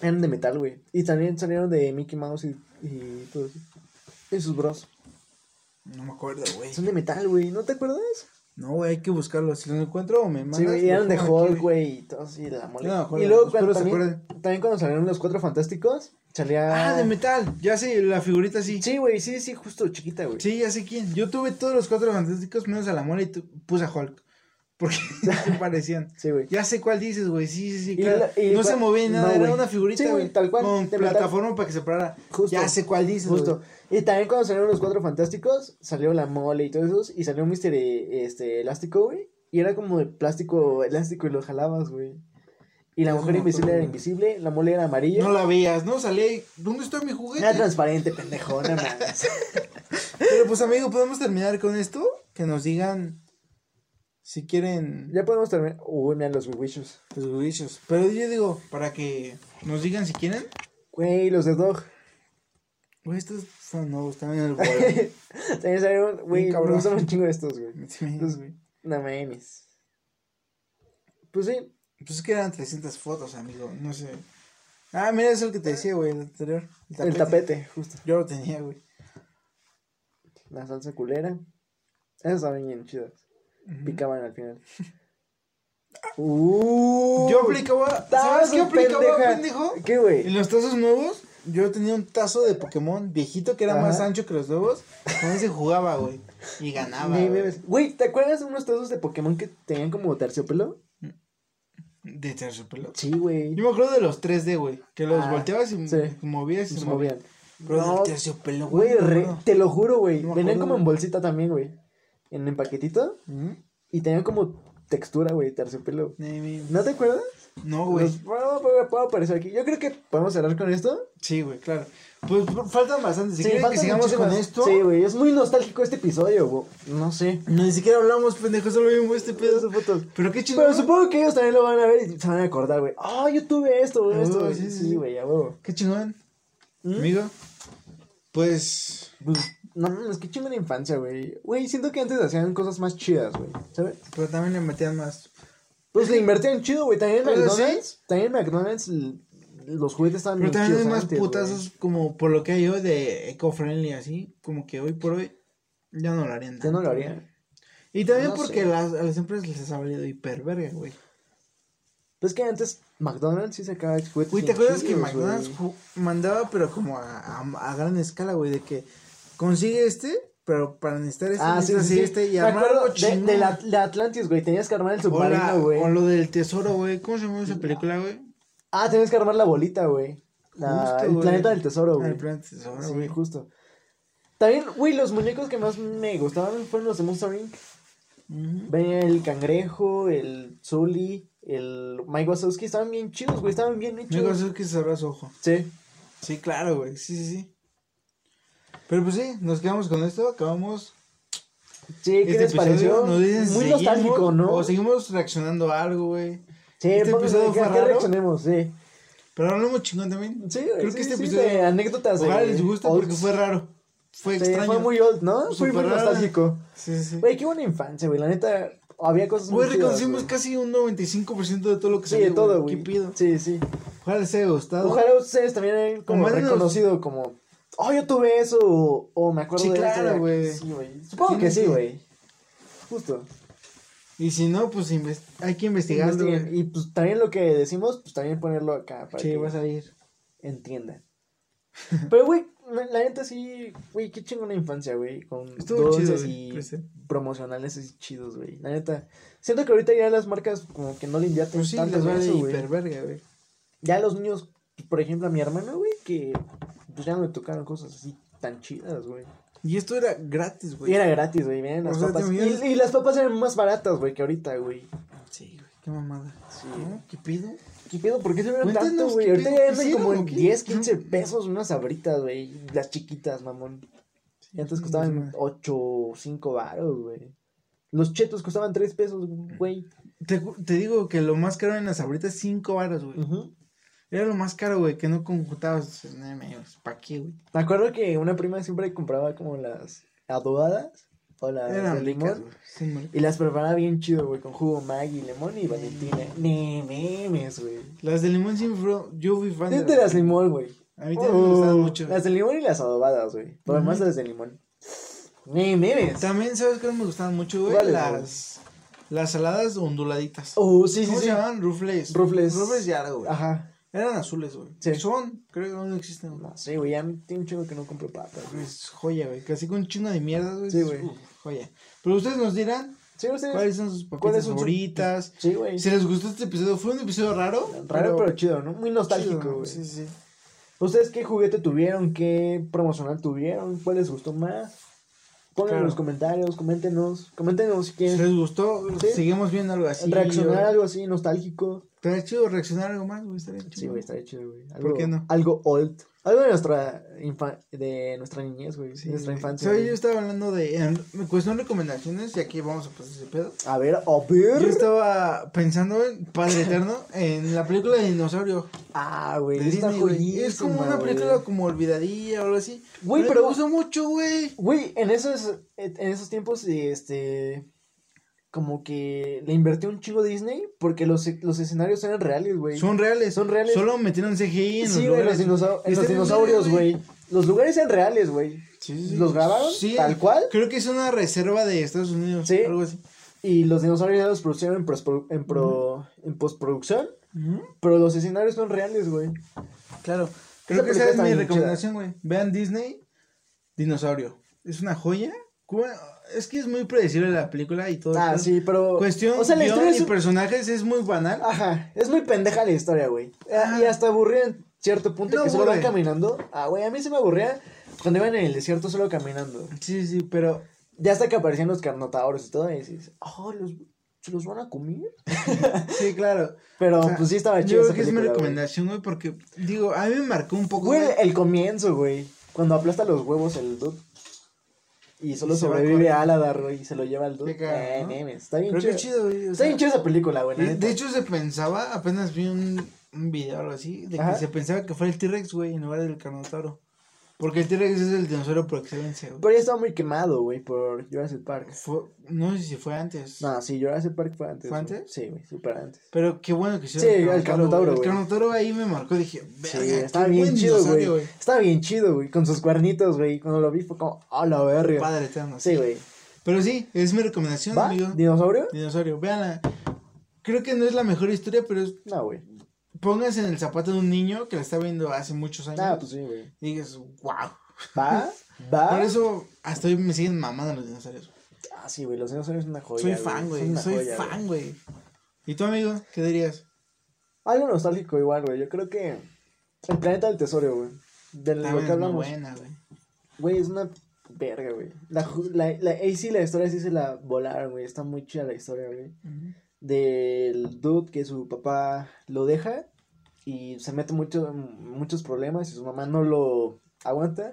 Eran de metal, güey. Y también salieron de Mickey Mouse y, y todo eso. Y sus bros. No me acuerdo, güey. Son de metal, güey. ¿No te acuerdas? No, güey, hay que buscarlo. Si lo encuentro, me mandas. Sí, güey, eran lo de pongo aquí, Hulk, güey, y todo así, la mole. No, Hulk, y luego espero cuando se también, acuerden. también cuando salieron los Cuatro Fantásticos, salía... Ah, de metal. Ya sé, la figurita sí. Sí, Sí, güey, sí, sí, justo chiquita, güey. ya sé quién. Yo tuve todos los cuatro fantásticos menos a la mole y tu- puse a Hulk. Porque se parecían. Sí, güey. Ya sé cuál dices, güey. Sí, sí, sí. Y claro. la- y no cua- se movía ni nada. no, era güey. una figurita, Sí, güey, güey. tal cual, Con de metal. plataforma para que se parara. Justo. Ya sé cuál dices, Justo. güey. Y también cuando salieron los Cuatro Fantásticos, salió la mole y todo eso, y salió Mr. eh, este, Elástico, güey. Y era como de plástico elástico y lo jalabas, güey. Y la Eso mujer no invisible acuerdo, era güey. invisible, la mole era amarilla. No la veías, ¿no? Salía y, ¿Dónde está mi juguete? Era transparente, pendejo, no mames. Pero pues, amigo, ¿podemos terminar con esto? Que nos digan si quieren ya podemos terminar. Uy, mira los Wichos. los juguichos. Pero yo digo, para que nos digan si quieren. Güey, los de Dog. Güey, estos son nuevos, están en el bola. También salieron, güey, Bien me cabrón. gustan un chingo estos, güey. pues, güey. No mames. Pues sí, Pues es que eran 300 fotos, amigo. No sé. Ah, mira, es el que te decía, güey, el anterior. el tapete, justo. Yo lo tenía, güey. La salsa culera. Esas saben bien chidas. Picaban al final. Uh, Yo aplicaba. ¿Sabes qué tazo, aplicaba, pendeja. pendejo? ¿Qué, güey? En los tazos nuevos, yo tenía un tazo de Pokémon viejito que era más Ajá. ancho que los nuevos. Con ese jugaba, güey. Y ganaba. Ni Ah, güey. memes. Güey, ¿te acuerdas de unos tazos de Pokémon que tenían como terciopelo? ¿De terciopelo? Sí, güey. Yo me acuerdo de los 3D, güey. Que los Ah, volteabas y sí. movías y Se movían. Pero No, del terciopelo, Güey, no, re- no. te lo juro, güey. No me Venían acuerdo, como en güey. bolsita también, güey. En el paquetito. Ujú. Y tenían como textura, güey, terciopelo. Ni memes. ¿No te acuerdas? No, güey. Los- bueno, puedo, puedo aparecer aquí. Yo creo que podemos cerrar con esto. Sí, güey, claro. Pues pues, faltan bastantes. Si quieren faltan que sigamos muchísimas- con esto. Sí, güey, es muy nostálgico este episodio, güey. No sé. Ni siquiera hablamos, pendejo, solo vimos este pedo. Esos fotos. Pero qué chido. Pero supongo que ellos también lo van a ver y se van a acordar, güey. Ah, yo tuve esto, güey, Ah, esto. güey, güey. sí, sí, Sí, sí. güey, a huevo. Qué chingón. ¿Mm? Amigo, pues. Pues, no mames, qué chingo de infancia, güey. Güey, siento que antes hacían cosas más chidas, güey. ¿Sabes? Pero también le metían más. Pues le invertían chido, güey. También en Pues, McDonald's. También en McDonald's l- los juguetes estaban Pero bien también hay chidos más antes, putazos como por lo que hay hoy de eco-friendly, así. Como que hoy por hoy ya no lo harían. güey. Ya no lo tanto, haría. güey. Y también No porque sé. las, a las empresas les ha valido hiperverga, güey. Pues que antes McDonald's sí sacaba juguetes. Güey, ¿te bien acuerdas que chidos, McDonald's güey. ju- mandaba, pero como a, a- a gran escala, güey? De que consigue este, pero para necesitar este, Ah, sí, necesitas sí, sí. este y Me armar acuerdo algo de, chingón. de la, de Atlantis, güey. Tenías que armar el o, la- submarino, güey. o lo del tesoro, güey. ¿Cómo se llama esa película, güey? Ah, tenías que armar la bolita, güey. La- Justo, el güey. planeta del tesoro, Ah, güey. El planeta del tesoro, Sí, güey. justo. También, güey, los muñecos que más me gustaban fueron los de Monster Inc. Ujú. Venía el cangrejo, el Zully, el Mike Wazowski. Estaban bien chidos, güey. Estaban bien hechos. Me acuerdo que se cerró su ojo. Sí. Sí, claro, güey. Sí, sí, sí. Pero pues sí, nos quedamos con esto. Acabamos. Sí, ¿qué este les episodio. pareció? Nos dicen si Muy seguimos nostálgico, ¿no? O seguimos reaccionando a algo, güey. sí, este pónganme episodio qué- fue qué raro. reaccionemos, sí. Pero hablamos chingón también. Sí, Creo sí, que este sí, episodio. de anécdotas. de Ojalá les guste olds. porque fue raro. Fue Sí, extraño. Fue muy old, ¿no? Fue Súper muy raro. nostálgico. Sí, sí, sí. Güey, qué buena infancia, güey. La neta, había cosas muy Güey, chidas, reconocimos güey. casi un 95% de todo lo que Sí, salió, de todo, güey. ¿Qué pido? Sí, sí. Ojalá les haya gustado. Ojalá ustedes también hayan como Mándenos- reconocido como... Oh, yo tuve eso, o, o me acuerdo Sí, de claro, esto". güey. Sí, güey. Supongo que Tienen sí, que- güey. Justo. Y si no, pues inves- hay que investigarlo. Investiguen. güey. Y pues también lo que decimos, pues también ponerlo acá para Sí, que vas a ir. entiendan. Pero, güey, la la neta sí, güey, qué chingona infancia, güey. Con Estuvo dulces chido, y güey, pues, sí. promocionales así chidos, güey. La neta, siento que ahorita ya las marcas como que no le invierten Pues sí, tanto les en vale eso, güey. hiperverga, güey. Ya los niños, por ejemplo, a mi hermano, güey, que pues ya no le tocaron cosas así tan chidas, güey. Y esto era gratis, Y güey. era gratis, güey, venían Pues O las sea, papas. te Y, miras- y las papas eran más baratas, güey, que ahorita, güey. Sí, güey, qué mamada. Sí. ¿No? ¿Qué pido? ¿Qué pedo? ¿Por qué se vieron Cuéntanos, tanto, güey? ¿qué Ahorita pedo? ya andan ¿Hicieron como o en qué? 10, 15 pesos unas abritas, güey. Las chiquitas, mamón. Y antes costaban 8, 5 varos, güey. Los chetos costaban 3 pesos, güey. Te, ju- te digo que lo más caro en las abritas, 5 varos, güey. Ujú. Era lo más caro, güey, que no Pues, conjuntabas. ¿Para qué, güey? Me acuerdo que una prima siempre compraba como las adobadas o las Ah, de Eran ricas, limón. güey. Sí, mar- y las preparaba bien chido, güey, con jugo Maggi, limón y Valentina. Mm. Ni memes, güey. Las de limón siempre fueron- Yo fui fan Es de las limón, güey. A mí también me gustaban Oh, mucho. Las de limón y las adobadas, güey. Pero más Ujú. las de limón. Ni memes. También, ¿sabes cuáles me gustaban mucho, güey? ¿Cuáles, las... las saladas onduladitas. Oh, sí, sí, ¿Cómo sí. se llamaban? Rufles. Rufles. Rufles ya, güey. Ajá. Eran azules, güey. Sí. Son, creo que aún no existen, güey. No sé, güey, ya tiene un chingo que no compro papas, güey. Es joya, güey. Casi con un chingo de mierdas, güey. Sí, es, güey. uf, Joya. Pero ustedes nos dirán Sí, ustedes- cuáles son sus ¿Cuáles papitas son sus- favoritas. Sí, güey. Si les gustó este episodio, fue un episodio raro. Raro, pero chido, ¿no? Muy nostálgico, chido, güey. Sí, sí. ¿Ustedes qué juguete tuvieron? ¿Qué promocional tuvieron? ¿Cuál les gustó más? Claro. Pónganlo en los comentarios, coméntenos. Coméntenos si Si quieren les gustó, Sí. seguimos viendo algo así. reaccionar a o- algo así, nostálgico. Estaría chido reaccionar algo más, güey. Estaría chido. Sí, güey, estaría chido, güey. Algo- qué no? Algo old. Algo de nuestra, infa- de nuestra niñez, güey. Sí, de nuestra güey. infancia. ¿Sabes? güey. Yo estaba hablando de. En cuestión de recomendaciones, y aquí vamos a pasar ese pedo. A ver, a Yo ver. estaba pensando en Padre Eterno, en la película de dinosaurio. Ah, de güey. Está Disney, güey. joyísima, Es como una güey. película como olvidadilla o algo así. Güey, me pero- gustó mucho, güey. Güey, en esos, en esos tiempos, este. Como que le invertí un chingo Disney porque los, los escenarios eran reales, güey. Son reales. Son reales. Solo metieron CGI en los Sí, güey, los, lugares. dinosau- en Está los bien dinosaurios, verga, güey. Los lugares eran reales, güey. Sí, sí, sí. ¿Los grabaron? Sí. Tal cual. Creo que es una reserva de Estados Unidos. Sí. Algo así. Y los dinosaurios ya los produjeron en, prosprodu- en, pro- en postproducción. Pero los escenarios son reales, güey. Claro. Creo que película esa es está mi bien recomendación, güey. Vean Disney, Dinosaurio. Es una joya. Cu- Es que es muy predecible la película y todo. el Ah, pedo. sí, pero. Cuestión, O sea, la guión historia es. y un- personajes es muy banal. Ajá, es muy pendeja la historia, güey. Ah, Y hasta aburría en cierto punto No que solo van aburre. caminando. Ah, güey, a mí se me aburría cuando iban en el desierto solo caminando. Sí, sí, pero Ya hasta que aparecían los carnotauros y todo, y dices, oh, ¿los, ¿se los van a comer? sí, claro. Pero O sea, pues sí estaba Yo chido. creo esa que es mi película, güey. recomendación, güey, porque digo, a mí me marcó un poco. Güey, el comienzo, güey. Cuando aplasta los huevos el dude. Y solo Y se va sobrevive corriendo. a Aladar, güey, y se lo lleva al dude. Qué cagado, Eh, ¿no? memes, Está bien Pero chido. qué chido, güey. o Está sea, bien chida esa película, güey. la de, neta. de hecho, se pensaba, apenas vi un, un video o algo así, de Ajá. que se pensaba que fuera el T-Rex, güey, en lugar del Carnotauro. Porque el T-Rex es el dinosaurio por excelencia, güey. Pero ya estaba muy quemado, güey, por Jurassic Park. Fue- no sé si fue antes. No, sí, Jurassic Park fue antes. ¿Fue güey. antes? Sí, güey, súper antes. Pero qué bueno que Sí, el el Carnotauro, El güey. Carnotauro ahí me marcó, dije, Sí, "Verga, está qué bien buen chido, dinosaurio, güey. Está bien chido, güey. Con sus cuernitos, güey. Cuando lo vi fue como, ¡ah, la verga! Padre eterno. Sí, güey. Pero sí, es mi recomendación, ¿Va? amigo. ¿Dinosaurio? Dinosaurio, véanla. Creo que no es la mejor historia, pero es- No, güey. póngase en el zapato de un niño que la está viendo hace muchos años. Ah, pues Ah. sí, güey. Y digas, wow. ¿Va? ¿Va? Por eso hasta hoy me siguen mamando los dinosaurios. Ah, sí, güey. Los dinosaurios son una joya, Soy fan, son güey. una Soy joya, güey. fan, güey. ¿Y tú, amigo? ¿Qué dirías? Algo nostálgico igual, güey. Yo creo que... El planeta del tesoro, güey. De También lo es que muy hablamos. buena, güey. Güey, es una verga, güey. La, ju- la, la, ahí sí la historia sí se la volaron, güey. Está muy chida la historia, güey. Del dude que su papá lo deja y se mete mucho, muchos problemas y su mamá no lo aguanta.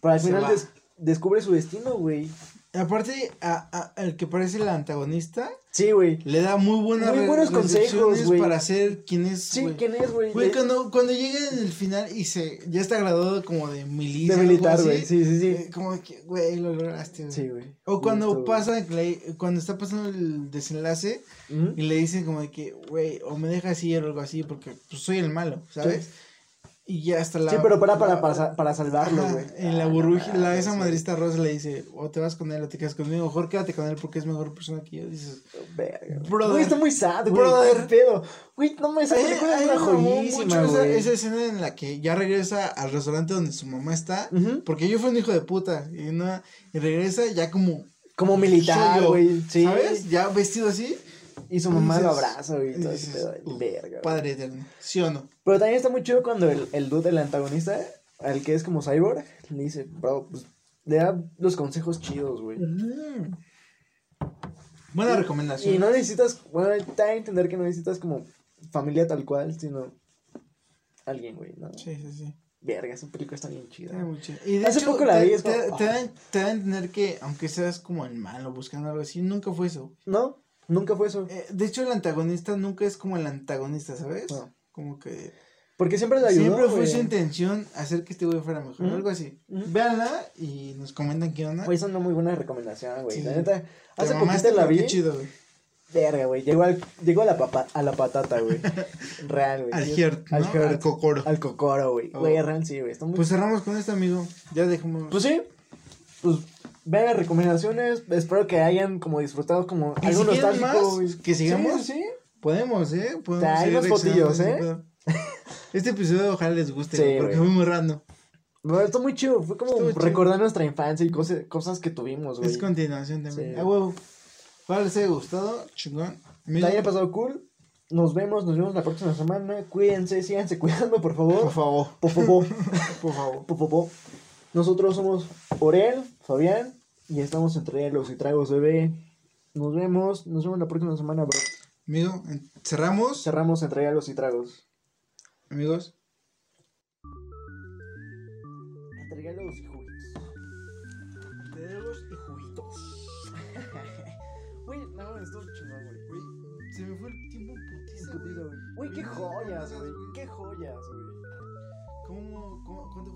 Pero al Se final va. des- descubre su destino, güey. Aparte, a- a- el que parece el antagonista Sí, güey. le da muy buenas Muy re- buenos consejos, recepciones güey. para ser quien es. Sí, güey. ¿quién es, güey? Güey, De, cuando, cuando llega en el final y se ya está graduado como de milicia. de algo militar, así, güey. Sí, sí, sí. eh, Como que, güey, lo lograste. güey. Sí, güey. O cuando Justo, güey. pasa, que le- cuando está pasando el desenlace Ujú. y le dicen como de que, güey, o me dejas ir o algo así porque pues, soy el malo, ¿sabes? Y ya hasta la... Sí, pero para, la- para, para, sa- para salvarlo, Ajá, güey. En la Ah, no burbuja, la, mames, esa güey. madrista rosa le dice, o te vas con él o te quedas conmigo, mejor quédate con él porque es mejor persona que yo. Dices, Verga, güey. Brother. Güey, está muy sad, güey. Brother. Brother. pedo. Güey, no mames, esa Ahí- película ahí es una me mamó joyísima, mucho esa, güey. esa escena en la que ya regresa al restaurante donde su mamá está. Ujú. Porque yo fui un hijo de puta. Y, no, y regresa ya como. Como militar, soy yo, güey. Sí. ¿Sabes? Ya vestido así. Y su mamá lo Dices- abraza, güey. y Todo ese dices, pedo. "Uf, Verga. güey. Padre eterno. ¿Sí o no? Pero también está muy chido cuando el, el dude, el antagonista, al que es como cyborg, le dice, bro, pues, le da los consejos chidos, güey. Buena Y recomendación. no necesitas, bueno, está a entender que no necesitas como familia tal cual, sino alguien, güey, ¿no? Sí, sí, sí. Verga, esa película está bien chida. Está muy chido. Y de Hace hecho, poco la te, vi, es te- como, te ah. dan, te dan a entender que, aunque seas como el malo buscando algo así, nunca fue eso. No, nunca fue eso. Eh, de hecho, el antagonista nunca es como el antagonista, ¿sabes? No. Como que. Porque siempre le ayudó, Siempre fue güey. su intención hacer que este güey fuera mejor, Ujú. algo así. Ujú. Véanla y nos comentan qué onda. Güey, es una muy buena recomendación, güey. Sí. La neta, Te hace mamaste, poquito la pero qué vi. chido, güey. Verga, güey. Llegó, al, llegó a, la papa- a la patata, güey. Real, güey. Al Hirt, Al ¿no? Hirt. Al Cocoro. Al cocoro, güey. Oh. Güey, real, sí, güey. Está muy... Pues Pues, cerramos con esto, amigo. Ya dejamos. sí. Pues vean las recomendaciones. Espero que hayan como disfrutado como ¿Y algo si quieren nostálgico, más? güey. ¿Que sigamos? Sí, sí. podemos, ¿eh? Podemos Trae seguir unos reaccionando fotillos, a ese ¿eh? pedo. Este episodio ojalá les guste, Sí, güey, porque güey. fue muy random. Bueno, está muy chido. Fue como Estuvo chido. recordar nuestra infancia y cosas, cosas que tuvimos, güey. Es continuación también. Sí. Ah, huevo. Ojalá les haya gustado. Chingón. Te Amigo, haya pasado cool. Nos vemos, nos vemos la próxima semana. Cuídense, síganse cuidando, por favor. Por favor. Po, po, po. Por favor. Po, po, po. Nosotros somos Orel, Fabián, y estamos entre los y tragos, bebé. Nos vemos, nos vemos la próxima semana, bro. Amigo, en- cerramos. Cerramos entre los y tragos. Amigos. Entre los y juguitos. y juguitos. Güey, no, estuvo chingón, güey. Güey, se me fue el tiempo en putiza, güey. Güey, qué joyas, güey. Qué joyas, güey. ¿Cómo, cómo, cuánto